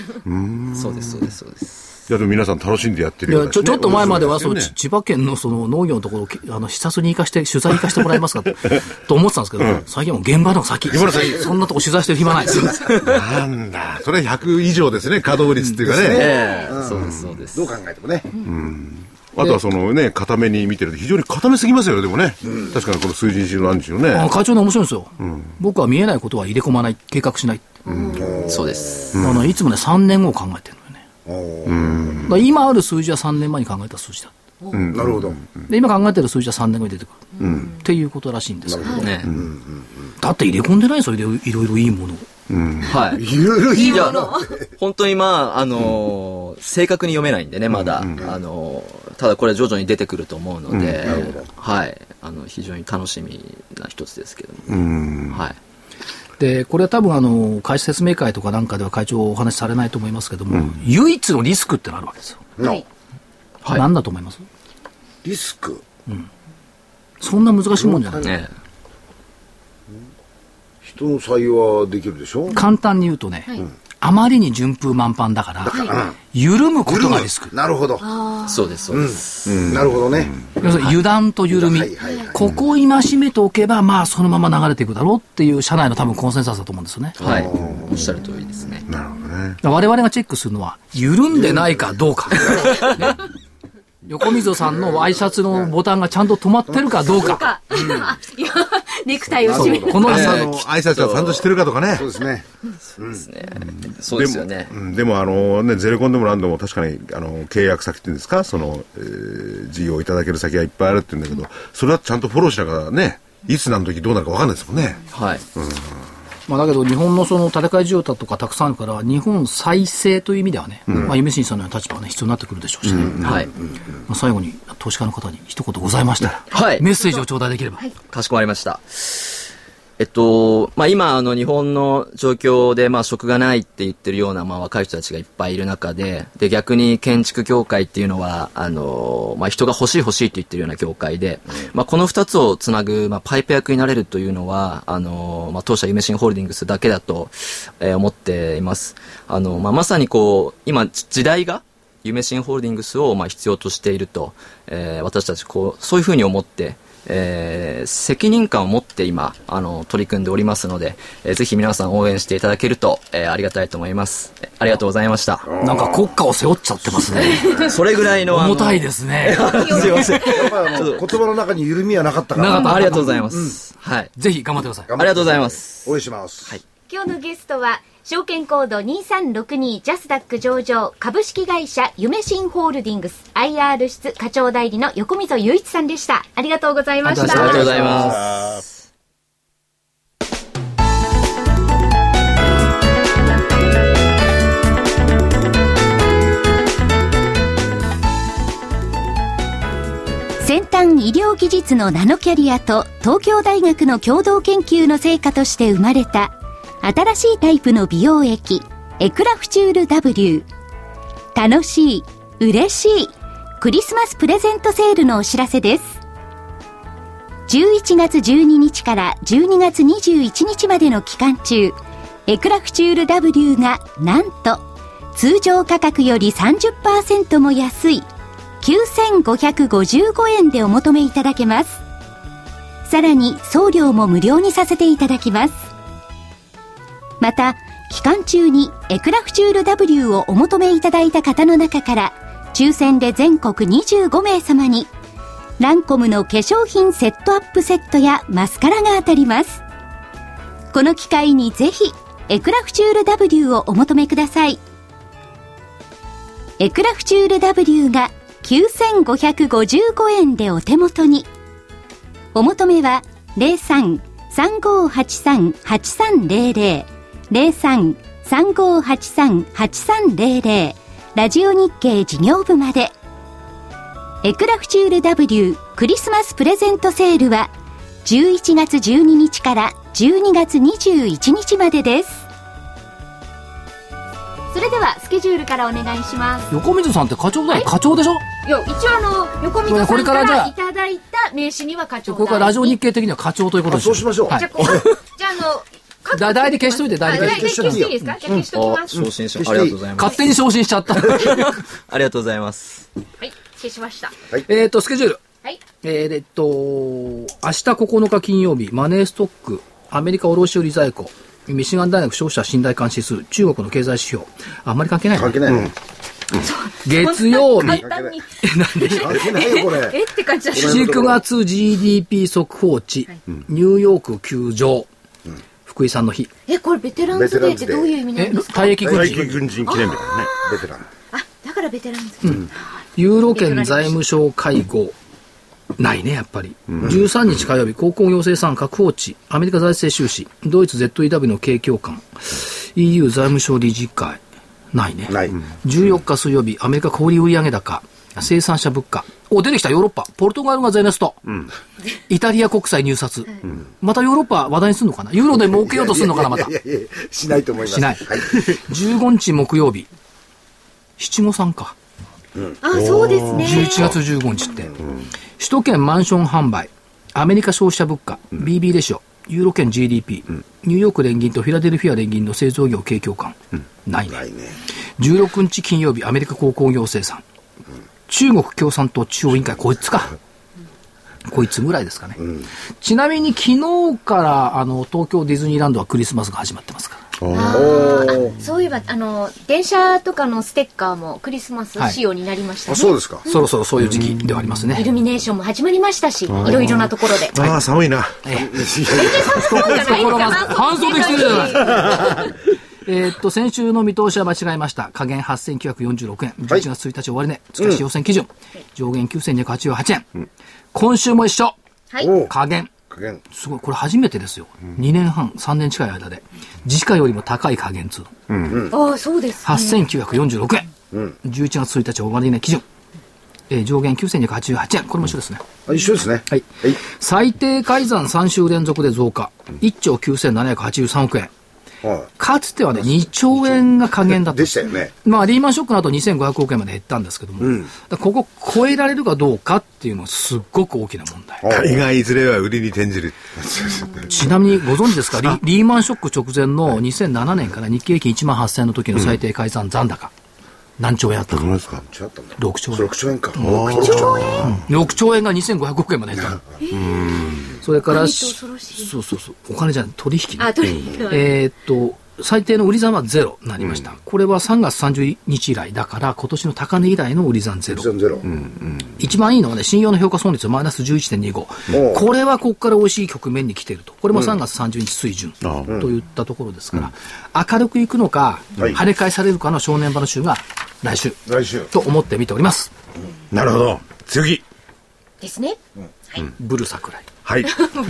[SPEAKER 6] そうです、そうです、そうです。
[SPEAKER 4] いやでも皆さん楽しんでやってる
[SPEAKER 1] い
[SPEAKER 4] よう
[SPEAKER 1] や
[SPEAKER 4] だし
[SPEAKER 1] ちょ
[SPEAKER 4] ね
[SPEAKER 1] ちょっと前まではそ
[SPEAKER 4] 面
[SPEAKER 1] う、
[SPEAKER 4] 白いす
[SPEAKER 1] ち千
[SPEAKER 4] よね
[SPEAKER 1] 葉県のその農業のところをきあの視察に行かして取材行かしてもらえますか とと思ってたんですけど、最近はもう現場の先
[SPEAKER 4] 場の先
[SPEAKER 1] そんなとこ取材してる暇ない
[SPEAKER 4] なんだそれ100以上ですね稼働率っていうかね
[SPEAKER 6] ええそうです、そうです
[SPEAKER 3] どう。考えてもね
[SPEAKER 4] あとはそのね、固めに見てると非常に固めすぎますよね、でもね。確かにこの数字にしろ何にしろ
[SPEAKER 1] あの
[SPEAKER 4] ね。
[SPEAKER 1] 会長の面白いんですよ、僕は見えないことは入れ込まない計画しないって、
[SPEAKER 6] そうです。
[SPEAKER 1] あのいつもね3年後を考えてるのよねだから今ある数字は3年前に考えた数字だ
[SPEAKER 3] なるほど
[SPEAKER 1] で今考えてる数字は3年後に出てくる、っていうことらしいんですけど
[SPEAKER 6] ね。
[SPEAKER 1] だって入れ込んでないんですよいろいろいろいいものを
[SPEAKER 6] はい。
[SPEAKER 3] いろいろいい
[SPEAKER 6] い や、本当にまあ、あのー正確に読めないんでね、まだ。あのーただこれ徐々に出てくると思うので、はい。あの、非常に楽しみな一つですけども。はい。
[SPEAKER 1] でこれは多分あの会社説明会とかなんかでは会長お話しされないと思いますけども、唯一のリスクってのあるわけですよ、
[SPEAKER 7] はい。
[SPEAKER 6] はい
[SPEAKER 1] 何だと思います
[SPEAKER 3] リスク
[SPEAKER 1] そんな難しいもんじゃない、
[SPEAKER 6] ね
[SPEAKER 3] 人の採用はできるでしょ
[SPEAKER 1] 簡単に言うとね、あまりに順風満帆だから、緩むことがリスク。
[SPEAKER 3] なるほど。
[SPEAKER 6] そうです、そうです。
[SPEAKER 3] なるほどね。
[SPEAKER 1] 要するに油断と緩み
[SPEAKER 3] はいはいはい。
[SPEAKER 1] ここを今締めておけば、まあそのまま流れていくだろうっていう社内の多分コンセンサスだと思うんですよね。
[SPEAKER 6] はい。おっしゃる通りですね。
[SPEAKER 4] なるほどね。
[SPEAKER 1] 我々がチェックするのは、緩んでないかどうか。ね横溝さんのワイシャツのボタンがちゃんと止まってるかどうか。
[SPEAKER 7] あいやネクタイを締める。
[SPEAKER 1] この
[SPEAKER 8] 朝の挨拶はちゃんとしてるかとかね
[SPEAKER 3] そう。ですね。
[SPEAKER 6] そうですよね
[SPEAKER 4] で。もうんでもあの、ね、ゼレコンでも何度も確かにあの契約先っていうんですかその、えー事業をいただける先がいっぱいあるって言うんだけどそれはちゃんとフォローしながらねいつ何時どうなるか分かんないですもんね
[SPEAKER 6] はい。
[SPEAKER 1] まあ、だけど日本のその戦い需要だとかたくさんあるから、日本再生という意味ではね、まあ、ユミシンさんのような立場はね、必要になってくるでしょうしね。ま
[SPEAKER 6] はい。
[SPEAKER 1] あ、最後に投資家の方に一言ございましたら、
[SPEAKER 6] はい
[SPEAKER 1] メッセージを頂戴できれば。
[SPEAKER 6] かしこまりました。えっと、まあ、今、あの、日本の状況で、まあ、職がないって言ってるような、まあ、若い人たちがいっぱいいる中で、で、逆に建築業界っていうのは、あの、まあ、人が欲しい欲しいって言ってるような業界で、まあ、この二つをつなぐ、まあ、パイプ役になれるというのは、あの、まあ、当社夢新ホールディングスだけだと、えー思っています。あの、まあ、まさにこう、今、時代が、夢新ホールディングスをまあ必要としていると、えー私たちこうそういうふうに思って、えー責任感を持って今あの取り組んでおりますので、えーぜひ皆さん応援していただけると、えーありがたいと思いますえありがとうございました
[SPEAKER 1] なんか国家を背負っちゃってますね。
[SPEAKER 6] それぐらいのあの
[SPEAKER 1] 重たいですね。
[SPEAKER 6] すいません
[SPEAKER 3] やっぱりあの、言葉の中に緩みはなかったか
[SPEAKER 1] な
[SPEAKER 3] ら
[SPEAKER 1] か。った
[SPEAKER 6] ありがとうございます、はい
[SPEAKER 1] ぜひ頑張ってください。
[SPEAKER 3] 頑張
[SPEAKER 6] あ
[SPEAKER 3] って
[SPEAKER 6] りがとうございます
[SPEAKER 3] 応援します。はい。
[SPEAKER 5] 今日のゲストは証券コード2362ジャスダック上場株式会社夢新ホールディングス IR 室課長代理の横溝雄一さんでしたありがとうございまし
[SPEAKER 6] ありが
[SPEAKER 5] た
[SPEAKER 6] とうございます
[SPEAKER 2] 先端医療技術のナノキャリアと東京大学の共同研究の成果として生まれた新しいタイプの美容液エクラフチュール W 楽しい嬉しいクリスマスプレゼントセールのお知らせです11月12日から12月21日までの期間中エクラフチュール W がなんと通常価格より30%も安い9555円でお求めいただけますさらに送料も無料にさせていただきますまた期間中にエクラフチュール W をお求めいただいた方の中から抽選で全国25名様にランコムの化粧品セットアップセットやマスカラが当たりますこの機会にぜひエクラフチュール W をお求めくださいエクラフチュール W が9555円でお手元に。お求めは03-3583-8300、03-3583-8300、ラジオ日経事業部まで。エクラフチュール W クリスマスプレゼントセールは11月12日から12月21日までです。
[SPEAKER 5] それではスケジュールからお願いします
[SPEAKER 1] 横水さんって課長だよ。課長でしょ
[SPEAKER 7] いや、一応あの、横溝
[SPEAKER 1] こ
[SPEAKER 7] さ
[SPEAKER 1] れ
[SPEAKER 7] ん
[SPEAKER 1] か
[SPEAKER 7] から
[SPEAKER 1] じゃ
[SPEAKER 7] ら
[SPEAKER 1] あ
[SPEAKER 7] いただいた名刺には課長
[SPEAKER 1] これからラジオ日
[SPEAKER 7] 経。
[SPEAKER 1] 経的には課長ということで
[SPEAKER 3] あそうしましょう
[SPEAKER 1] はい
[SPEAKER 7] じゃあ、こう、じゃああの、各
[SPEAKER 1] だ代理消しといて代理
[SPEAKER 7] あ
[SPEAKER 1] 消
[SPEAKER 7] 消
[SPEAKER 1] し
[SPEAKER 7] し
[SPEAKER 1] と
[SPEAKER 7] と
[SPEAKER 1] い
[SPEAKER 7] い
[SPEAKER 1] て
[SPEAKER 7] ていいですかじゃあ消しとき
[SPEAKER 6] あ
[SPEAKER 7] ます。は
[SPEAKER 6] 昇進しありがとうございます
[SPEAKER 1] 勝手に昇進しちゃった。
[SPEAKER 6] ありがとうございます
[SPEAKER 7] い、消しました。
[SPEAKER 1] えっと、スケジュール。
[SPEAKER 7] はい。
[SPEAKER 1] えーえっと、明日9日金曜日、マネーストック、アメリカ卸売在庫、ミシガン大学消費者信頼監視数、中国の経済指標。あんまり関係ないな
[SPEAKER 3] 関係ないの。
[SPEAKER 1] 月曜日、
[SPEAKER 7] 簡単 に、
[SPEAKER 3] 関係ないよ、これ。
[SPEAKER 7] えって感じだし。
[SPEAKER 1] 19月 GDP 速報値、ニューヨーク急上、福井さんの日、
[SPEAKER 7] え、これベテランズデーってどういう意味な
[SPEAKER 1] え
[SPEAKER 7] んです、か
[SPEAKER 1] 退役軍
[SPEAKER 4] 最近
[SPEAKER 1] 人、
[SPEAKER 4] 軍人記念日だね
[SPEAKER 3] ベテラン。
[SPEAKER 7] あ、だからベテランズデー。
[SPEAKER 1] ユーロ圏財務省会合、ないね、やっぱり。13日火曜日、高校業生産確保値、アメリカ財政収支、ドイツ ZEW の景況感、EU 財務省理事会、ないね。
[SPEAKER 3] ない。
[SPEAKER 1] 14日水曜日、アメリカ小売売上高、生産者物価。お、出てきたヨーロッパ。ポルトガルがゼネスト。イタリア国債入札。またヨーロッパ話題にするのかなユーロで儲けようとするのかなまた
[SPEAKER 3] い。やいやいや、しないと思います。
[SPEAKER 1] しない
[SPEAKER 3] はい。
[SPEAKER 1] 15日木曜日。七五三か。
[SPEAKER 7] あ、そうですね。
[SPEAKER 1] 11月15日って。首都圏マンション販売。アメリカ消費者物価。BB レシオ。ユーロ圏 GDP、ニューヨーク連銀とフィラデルフィア連銀の製造業景況感、ないね
[SPEAKER 3] ないね。
[SPEAKER 1] 16日金曜日、アメリカ鉱工業生産、中国共産党中央委員会、こいつか、こいつぐらいですかね、ちなみに昨日からあの東京ディズニーランドはクリスマスが始まってますから、
[SPEAKER 2] あーあそういえばあの電車とかのステッカーもクリスマス
[SPEAKER 1] はい
[SPEAKER 2] 仕様になりました
[SPEAKER 3] あ、
[SPEAKER 2] ね、
[SPEAKER 3] そうですか。
[SPEAKER 1] そろそろそういう時期ではありますね。
[SPEAKER 2] イルミネーションも始まりましたしいろいろなところで
[SPEAKER 4] ああ、寒いな。
[SPEAKER 2] そうじゃないのかな
[SPEAKER 1] 半袖着てるじゃないえーっと、先週の見通しは間違えました。下限8946円。11月1日終わり値、塚市要請基準。上限9288円。今週も一緒。
[SPEAKER 2] はい
[SPEAKER 3] おう
[SPEAKER 1] 下限。
[SPEAKER 3] 加減。
[SPEAKER 1] すごい、これ初めてですよ。2年半、3年近い間で。時価よりも高い下限通。
[SPEAKER 2] ああそうです
[SPEAKER 1] 8946円。11月1日終値基準。えー上限9288円。これも一緒ですね。
[SPEAKER 3] あ、一緒ですね。
[SPEAKER 1] はい。最低改ざん3週連続で増加。1兆9783億円。
[SPEAKER 3] は
[SPEAKER 1] かつてはね、2兆円が加減だっ
[SPEAKER 3] い。
[SPEAKER 1] た。
[SPEAKER 3] でしたよね。
[SPEAKER 1] まあ、リーマンショックの後2500億円まで減ったんですけども、だからここ超えられるかどうかっていうのはすっごく大きな問題。
[SPEAKER 4] 大概いずれは売りに転じる。
[SPEAKER 1] ちなみにご存知ですかリ、リーマンショック直前の2007年から日経平均1万8000の時の最低改ざん残高、何兆円あったか。
[SPEAKER 4] どうですか
[SPEAKER 3] 違ったんだ。
[SPEAKER 1] 6兆
[SPEAKER 3] それ
[SPEAKER 1] 円
[SPEAKER 3] 6。兆円か。6兆円
[SPEAKER 1] 6兆円が2500億円まで減ったの。それから、
[SPEAKER 2] 何と恐ろしい
[SPEAKER 1] そうそうそう、お金じゃない、取引ね
[SPEAKER 2] あとりあえず
[SPEAKER 1] えーっと、最低の売り算はゼロになりました。これは3月30日以来だから、今年の高値以来の売り算ゼロ。
[SPEAKER 3] ゼロ。
[SPEAKER 1] 一番いいのはね、信用の評価損率マイナス11.25。
[SPEAKER 3] おう
[SPEAKER 1] これはここから美味しい局面に来てると。これも3月30日水準
[SPEAKER 4] ああ
[SPEAKER 1] といったところですから、明るくいくのか、
[SPEAKER 3] はい
[SPEAKER 1] 跳ね返されるかの正念場の週が来週
[SPEAKER 3] 来週。
[SPEAKER 1] と思って見ております。
[SPEAKER 4] なるほど。強気。
[SPEAKER 2] ですね
[SPEAKER 1] ブル桜井。
[SPEAKER 4] はい。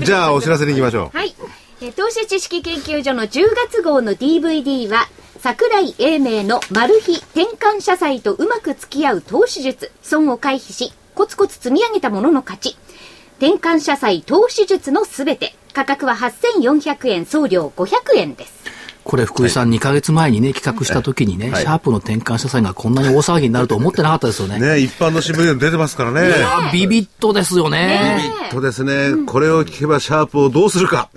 [SPEAKER 4] じゃあ、お知らせに行きましょう。
[SPEAKER 2] はい。えー投資知識研究所の10月号の DVD は、桜井英明のマル秘転換社債とうまく付き合う投資術、損を回避し、コツコツ積み上げたものの勝ち。転換社債投資術のすべて。価格は8400円、送料500円です。
[SPEAKER 1] これ福井さん2ヶ月前にね、企画した時にね、シャープの転換社債がこんなに大騒ぎになると思ってなかったですよね。
[SPEAKER 4] ね、一般の新聞でも出てますからね。
[SPEAKER 1] あビビッとですよね。
[SPEAKER 4] とですね、これを聞けばシャープをどうするか。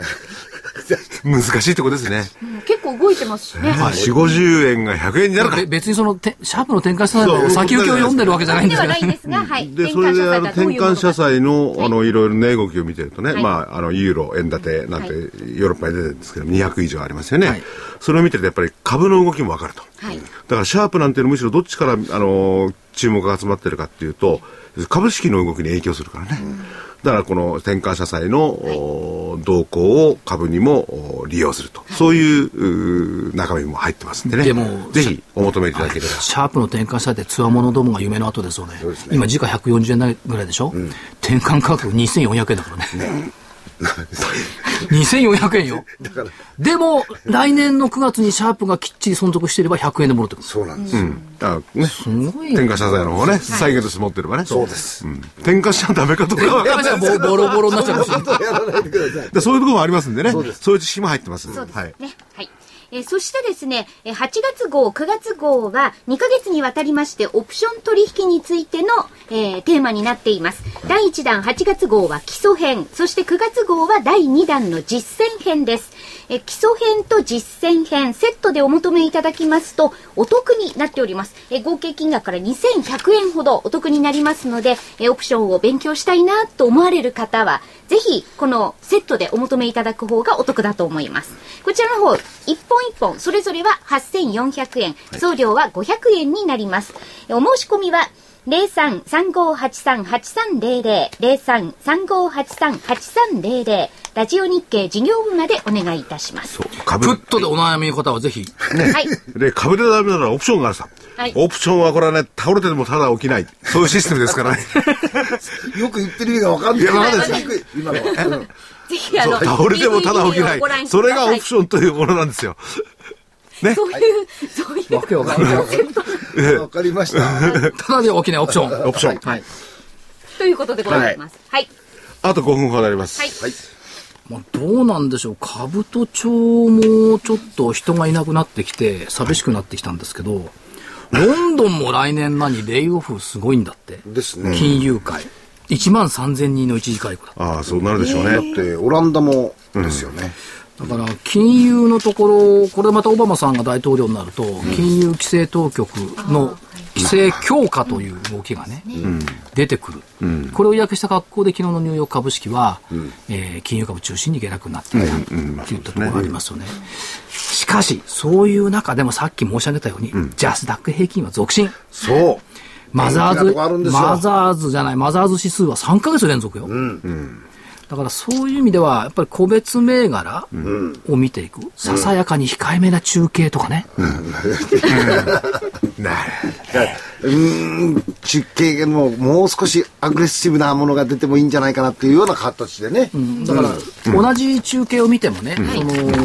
[SPEAKER 4] 難しいとこですね。
[SPEAKER 2] うん結構動いてますしね。
[SPEAKER 4] 四五十円が100円になるか
[SPEAKER 1] べ。別にそのて、シャープの転換社債
[SPEAKER 4] そう
[SPEAKER 1] の先行きを読んでるわけじゃないんで
[SPEAKER 2] ですは
[SPEAKER 1] けど
[SPEAKER 2] な。いですが、はい。
[SPEAKER 4] で、それで、あの、転換社
[SPEAKER 2] と
[SPEAKER 4] 債の、あの、いろいろ値動きを見てるとね、
[SPEAKER 2] はい
[SPEAKER 4] まあ、あの、ユーロ、円建てなんて、
[SPEAKER 2] はい
[SPEAKER 4] ヨーロッパに出てるんですけど、200以上ありますよね。
[SPEAKER 1] はい
[SPEAKER 4] それを見てると、やっぱり株の動きもわかると。
[SPEAKER 2] はい
[SPEAKER 4] だから、シャープなんていうのはむしろどっちから、あの、注目が集まってるかっていうと、株式の動きに影響するからね。だから、この転換社債の、お動向を株にもお利用すると。そういううー中身も入ってますんでね。
[SPEAKER 1] でも
[SPEAKER 4] ぜひ、お求めいただければ。
[SPEAKER 1] シャープの転換したって、つわものどもが夢の後ですよね。今、時価140円ぐらいでしょ、転換価格2400円だからね。2400円よ。でも、来年の9月にシャープがきっちり存続していれば100円で戻ってくる。
[SPEAKER 3] そうなんですよ。
[SPEAKER 4] あね、
[SPEAKER 1] ごい
[SPEAKER 4] 転嫁謝罪の方ね、債権として持ってればね。そうです。ん、転嫁しちゃダメかとかは
[SPEAKER 1] 転換社債ボボロボロになっちゃい ますよ。
[SPEAKER 3] やらないでください。
[SPEAKER 4] でそういうところもありますんでね。そういう知識も入ってます。
[SPEAKER 2] そうです
[SPEAKER 4] はい。
[SPEAKER 2] ね。はい。えーそしてですね、えー8月号、9月号は2ヶ月にわたりまして、オプション取引についての、えーテーマになっています。第1弾、8月号は基礎編、そして9月号は第2弾の実践編です。えー基礎編と実践編、セットでお求めいただきますと、お得になっております。えー合計金額から2100円ほどお得になりますので、えーオプションを勉強したいなと思われる方は、ぜひ、このセットでお求めいただく方がお得だと思います。こちらの方、一本一本、それぞれは8400円、送料は500円になります。えお申し込みは、0335838300、0335838300、ラジオ日経事業部までお願いいたします。
[SPEAKER 4] 株
[SPEAKER 1] プットでお悩みの方はぜひ、
[SPEAKER 2] はい。
[SPEAKER 4] で、株でダメならオプションがあるさ。
[SPEAKER 2] はい
[SPEAKER 4] オプションはこれはね、倒れててもただ起きない。そういうシステムですからね。
[SPEAKER 3] よく言ってる意味がわかんない。
[SPEAKER 4] やわかんない
[SPEAKER 3] ですよ。今のは。うん
[SPEAKER 2] ぜひ、あ
[SPEAKER 4] そう
[SPEAKER 2] の、
[SPEAKER 4] 倒れてもただ起き
[SPEAKER 2] DVD をご
[SPEAKER 4] な
[SPEAKER 2] 覧くだ
[SPEAKER 4] い。そ
[SPEAKER 2] さい
[SPEAKER 4] れがオプションというものなんですよ。
[SPEAKER 2] そういう、そういう。
[SPEAKER 1] わけわかんない。
[SPEAKER 3] わかりました。
[SPEAKER 1] ただで大きなオプション。
[SPEAKER 4] オプション
[SPEAKER 1] はい。
[SPEAKER 2] ということでございます。はい。
[SPEAKER 4] あと5分ほどあります。
[SPEAKER 2] はい。
[SPEAKER 1] まあ、どうなんでしょう、兜町もちょっと人がいなくなってきて、寂しくなってきたんですけど、ロンドンも来年何、レイオフすごいんだって、
[SPEAKER 3] ですね
[SPEAKER 1] 金融界。 1万3000人の一時解雇だ。
[SPEAKER 4] ああ、そうなるでしょう
[SPEAKER 3] だっ
[SPEAKER 4] ね。
[SPEAKER 3] て、オランダもですよね。
[SPEAKER 1] だから、金融のところ、これまたオバマさんが大統領になると、金融規制当局の規制強化という動きがね、出てくる。これを意訳した格好で昨日のニューヨーク株式は、えー金融株中心に下落になっていたといったところがありますよね。しかし、そういう中でもさっき申し上げたように、ジャスダック平均は続伸。
[SPEAKER 3] そう。
[SPEAKER 1] マザー
[SPEAKER 3] 元気なとこあるん
[SPEAKER 1] ズ、
[SPEAKER 3] ですよ
[SPEAKER 1] マザーズじゃない、マザーズ指数は3ヶ月連続よ。だからそういう意味では、やっぱり個別銘柄を見ていく、ささやかに控えめな中継とかね、
[SPEAKER 3] うーん、中継ももう少しアグレッシブなものが出てもいいんじゃないかなっていうような形でね。
[SPEAKER 1] だから同じ中継を見てもね、そ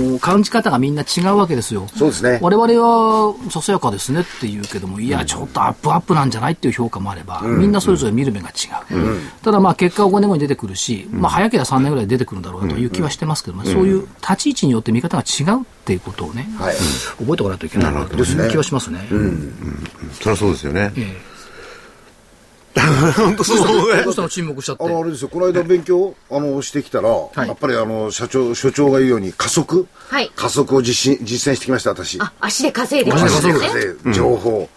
[SPEAKER 1] の感じ方がみんな違うわけですよ。
[SPEAKER 3] そうですね。
[SPEAKER 1] 我々はささやかですねって言うけども、いや、ちょっとアップアップなんじゃないっていう評価もあれば、みんなそれぞれ見る目が違う。ただまあ結果は5年後に出てくるし、まあ早ければ3年ぐらいで出てくるんだろうなという気はしてますけども、そういう立ち位置によって見方が違うっていうことをね、
[SPEAKER 3] はい。
[SPEAKER 1] 覚えておかないといけないなという気はしますね。
[SPEAKER 4] そりゃそうですよね。
[SPEAKER 1] え
[SPEAKER 4] 本当そう
[SPEAKER 1] え
[SPEAKER 4] ね
[SPEAKER 1] どうしたの沈黙しちゃって
[SPEAKER 3] あ。の、あれですよ、この間勉強、あの、してきたら、
[SPEAKER 1] い
[SPEAKER 3] やっぱりあの、社長、所長が言うように加速、
[SPEAKER 7] はい
[SPEAKER 3] 加速を実施実践してきました、私。
[SPEAKER 7] あ、足で稼いできま
[SPEAKER 3] 加
[SPEAKER 7] し
[SPEAKER 3] 速
[SPEAKER 7] たよね。
[SPEAKER 3] で情報。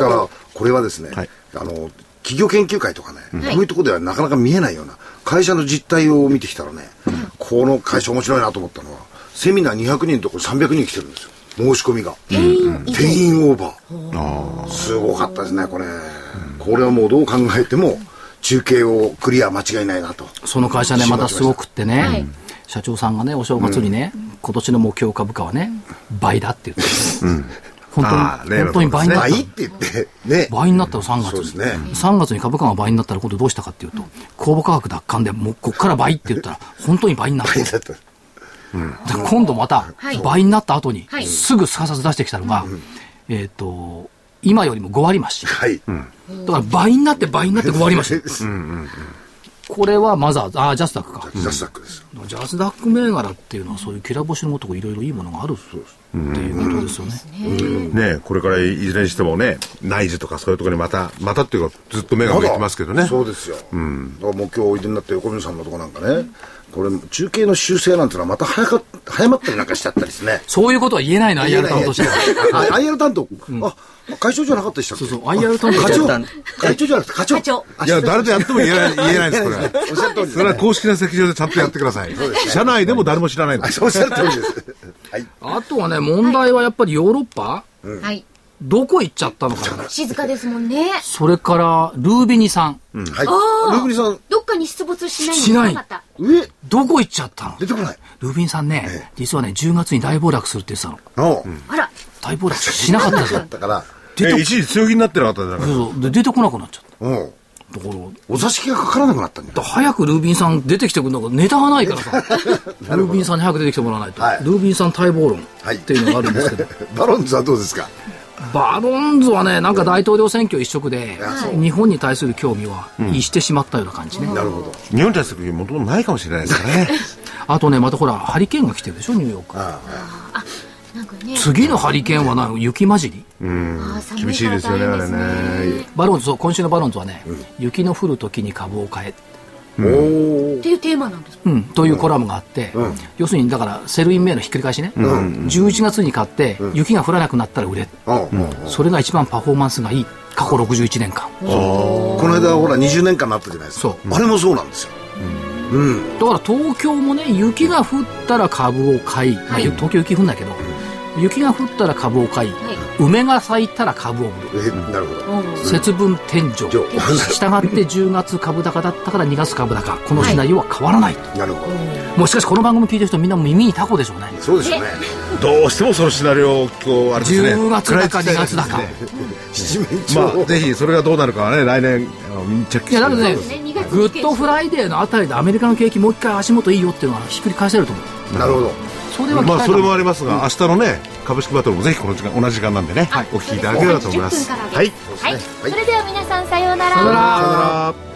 [SPEAKER 3] だから、これはですね、あの、企業研究会とかね、こういうとこではなかなか見えないような、会社の実態を見てきたらね、この会社面白いなと思ったのは、セミナー200人のところ300人来てるんですよ。申し込みが。
[SPEAKER 7] 定員以上
[SPEAKER 3] 定員オーバーすごかったですねこれ、これはもうどう考えても中継をクリア間違いないなと
[SPEAKER 1] その会社ね、またすごくってね、
[SPEAKER 7] はい
[SPEAKER 1] 社長さんがね、お正月にね、今年の目標株価はね、倍だって言って、本
[SPEAKER 4] あ
[SPEAKER 1] 当に、
[SPEAKER 4] ー例
[SPEAKER 1] 本
[SPEAKER 4] の
[SPEAKER 1] 当に倍になった
[SPEAKER 3] 倍。って言ってね
[SPEAKER 1] 倍になったの3月
[SPEAKER 3] そう
[SPEAKER 1] に、
[SPEAKER 3] ですね
[SPEAKER 1] 3月に株価が倍になったら今度どうしたかっていうと、公募価格奪還でもうこっから倍って言ったら本当に倍になっ
[SPEAKER 3] 倍だ
[SPEAKER 1] た
[SPEAKER 3] った
[SPEAKER 1] で今度また
[SPEAKER 7] はい
[SPEAKER 1] 倍になった後に
[SPEAKER 7] はい
[SPEAKER 1] すぐすかさず出してきたのが、えっ、と今よりも5割増し
[SPEAKER 3] はい、
[SPEAKER 1] だから倍になって倍になって5割増 しこれはマザーズあージャスダックか、
[SPEAKER 3] ジャスダックです
[SPEAKER 1] ジャスダック銘柄っていうのはそういうきら星のごとくいろいろいいものがあるっていうことですよね、
[SPEAKER 4] ねこれからいずれにしてもね、内需とかそういうところにまた、またっていうか、ずっと目が向いてますけどね。
[SPEAKER 3] そうですよ、だからもう今日おいでになった横溝さんのとこなんかねこれ中継の修正なんてのはまた早かっ早まったりなんかしちゃったりですね
[SPEAKER 1] そういうことは言えないの IR 担当して
[SPEAKER 3] あ IR 担当、あ会長じゃなかったでしたっけ
[SPEAKER 1] そうそう IR 担当
[SPEAKER 3] 課
[SPEAKER 6] 会長
[SPEAKER 3] 長
[SPEAKER 6] 担
[SPEAKER 3] 会長じゃなくて課長
[SPEAKER 7] 課長
[SPEAKER 3] あ
[SPEAKER 8] いや、誰でやっても言えない、言えないです、これは。
[SPEAKER 3] おっしゃる通りです
[SPEAKER 8] それは公式な席上でちゃんとやってください。社内でも誰も知らないの。
[SPEAKER 3] おっしゃる通りです はい
[SPEAKER 1] あとはね、問題はやっぱりヨーロッパ、
[SPEAKER 7] はい。
[SPEAKER 1] どこ行っちゃったのかな。
[SPEAKER 7] 静かですもんね。
[SPEAKER 1] それから、ルービニさん。
[SPEAKER 3] はい
[SPEAKER 7] あー
[SPEAKER 3] ルークリさん
[SPEAKER 7] どっかに出没しない
[SPEAKER 1] しない
[SPEAKER 7] かった。
[SPEAKER 3] 上
[SPEAKER 1] どこ行っちゃったの
[SPEAKER 3] 出てこない
[SPEAKER 1] ルービニさんね、実はね、10月に大暴落するって言ってたの。
[SPEAKER 3] の、
[SPEAKER 7] あら、
[SPEAKER 1] 大暴落しなかったじゃ ん。
[SPEAKER 3] だから、
[SPEAKER 4] え一時強気になってなかったじゃな
[SPEAKER 1] そうそうで、出てこなくなっちゃっ
[SPEAKER 3] うん、
[SPEAKER 1] た。ところ、
[SPEAKER 3] お座敷がかからなくなったんだ
[SPEAKER 1] だ早くルービンさん出てきてくんのかネタが ないからさルービンさんに早く出てきてもらわないと、
[SPEAKER 3] はい
[SPEAKER 1] ルービンさん待望論
[SPEAKER 3] はい
[SPEAKER 1] っていうのがあるんですけど、
[SPEAKER 3] バロンズはどうですか
[SPEAKER 1] バロンズはねなんか大統領選挙一色で
[SPEAKER 3] あ
[SPEAKER 1] 日本に対する興味は逸してしまったような感じね、
[SPEAKER 3] なるほど。
[SPEAKER 4] い日本に対する時もともとないかもしれないですからね。
[SPEAKER 1] あとねまたほらハリケーンが来てるでしょニューヨーク
[SPEAKER 7] なんかね、
[SPEAKER 1] 次のハリケーンはな雪混じり
[SPEAKER 7] あー寒
[SPEAKER 4] 厳
[SPEAKER 7] い
[SPEAKER 4] しい
[SPEAKER 7] から
[SPEAKER 4] ですよ
[SPEAKER 7] 大
[SPEAKER 4] ね、
[SPEAKER 7] 変
[SPEAKER 4] あ
[SPEAKER 7] で
[SPEAKER 4] れ
[SPEAKER 7] すね。
[SPEAKER 4] ね。
[SPEAKER 1] バロンズそう今週のバロンズはね、雪の降る時に株を買え、
[SPEAKER 7] っていうテーマなんです。
[SPEAKER 1] うん、というコラムがあって、要するにだからセルイン銘のひっくり返しね、11月に買って雪が降らなくなったら売れ、
[SPEAKER 3] うん、
[SPEAKER 1] それが一番パフォーマンスがいい過去61年間、
[SPEAKER 3] この間、ほら、20年間なったじゃないですか
[SPEAKER 1] そ。
[SPEAKER 3] あれもそうなんですよ。
[SPEAKER 1] だから東京もね雪が降ったら株を買い、まあ
[SPEAKER 7] はい
[SPEAKER 1] 東京雪降んないけど、雪が降ったら株を買い、梅が咲いたら株を売る
[SPEAKER 3] えなるほど。
[SPEAKER 1] 節分天井
[SPEAKER 3] 上
[SPEAKER 1] したがって10月株高だったから2月株高このシナリオは変わらない、
[SPEAKER 3] なるほ
[SPEAKER 1] もうしかしこの番組聞いてる人みんな耳にタコでしょうね
[SPEAKER 3] ど。そうですよね。
[SPEAKER 4] どうしてもそのシナリオを今日、あれですね。
[SPEAKER 1] 10月だか2
[SPEAKER 4] 食らい
[SPEAKER 1] 月
[SPEAKER 4] つき
[SPEAKER 1] だ
[SPEAKER 4] たい
[SPEAKER 1] か、
[SPEAKER 4] ですね
[SPEAKER 3] 七面
[SPEAKER 8] まあ、
[SPEAKER 3] 鳥。
[SPEAKER 8] ぜひ、それがどうなるかはね、来年、あの密着して
[SPEAKER 1] いやだけどね
[SPEAKER 7] ね2月
[SPEAKER 1] グッドフライデーのあたりでアメリカの景気もう一回足元いいよっていうのはひっくり返せると思う
[SPEAKER 3] なるほど。
[SPEAKER 1] それは期
[SPEAKER 4] まあ、
[SPEAKER 1] 待
[SPEAKER 4] そ
[SPEAKER 1] 感
[SPEAKER 4] れもありますが、明日のね、株式バトルもぜひこの時間、同じ時間なんでね、お聞きいただければと思います。
[SPEAKER 7] 10分からです。はい。それでは皆さんさようなら。
[SPEAKER 3] さよなら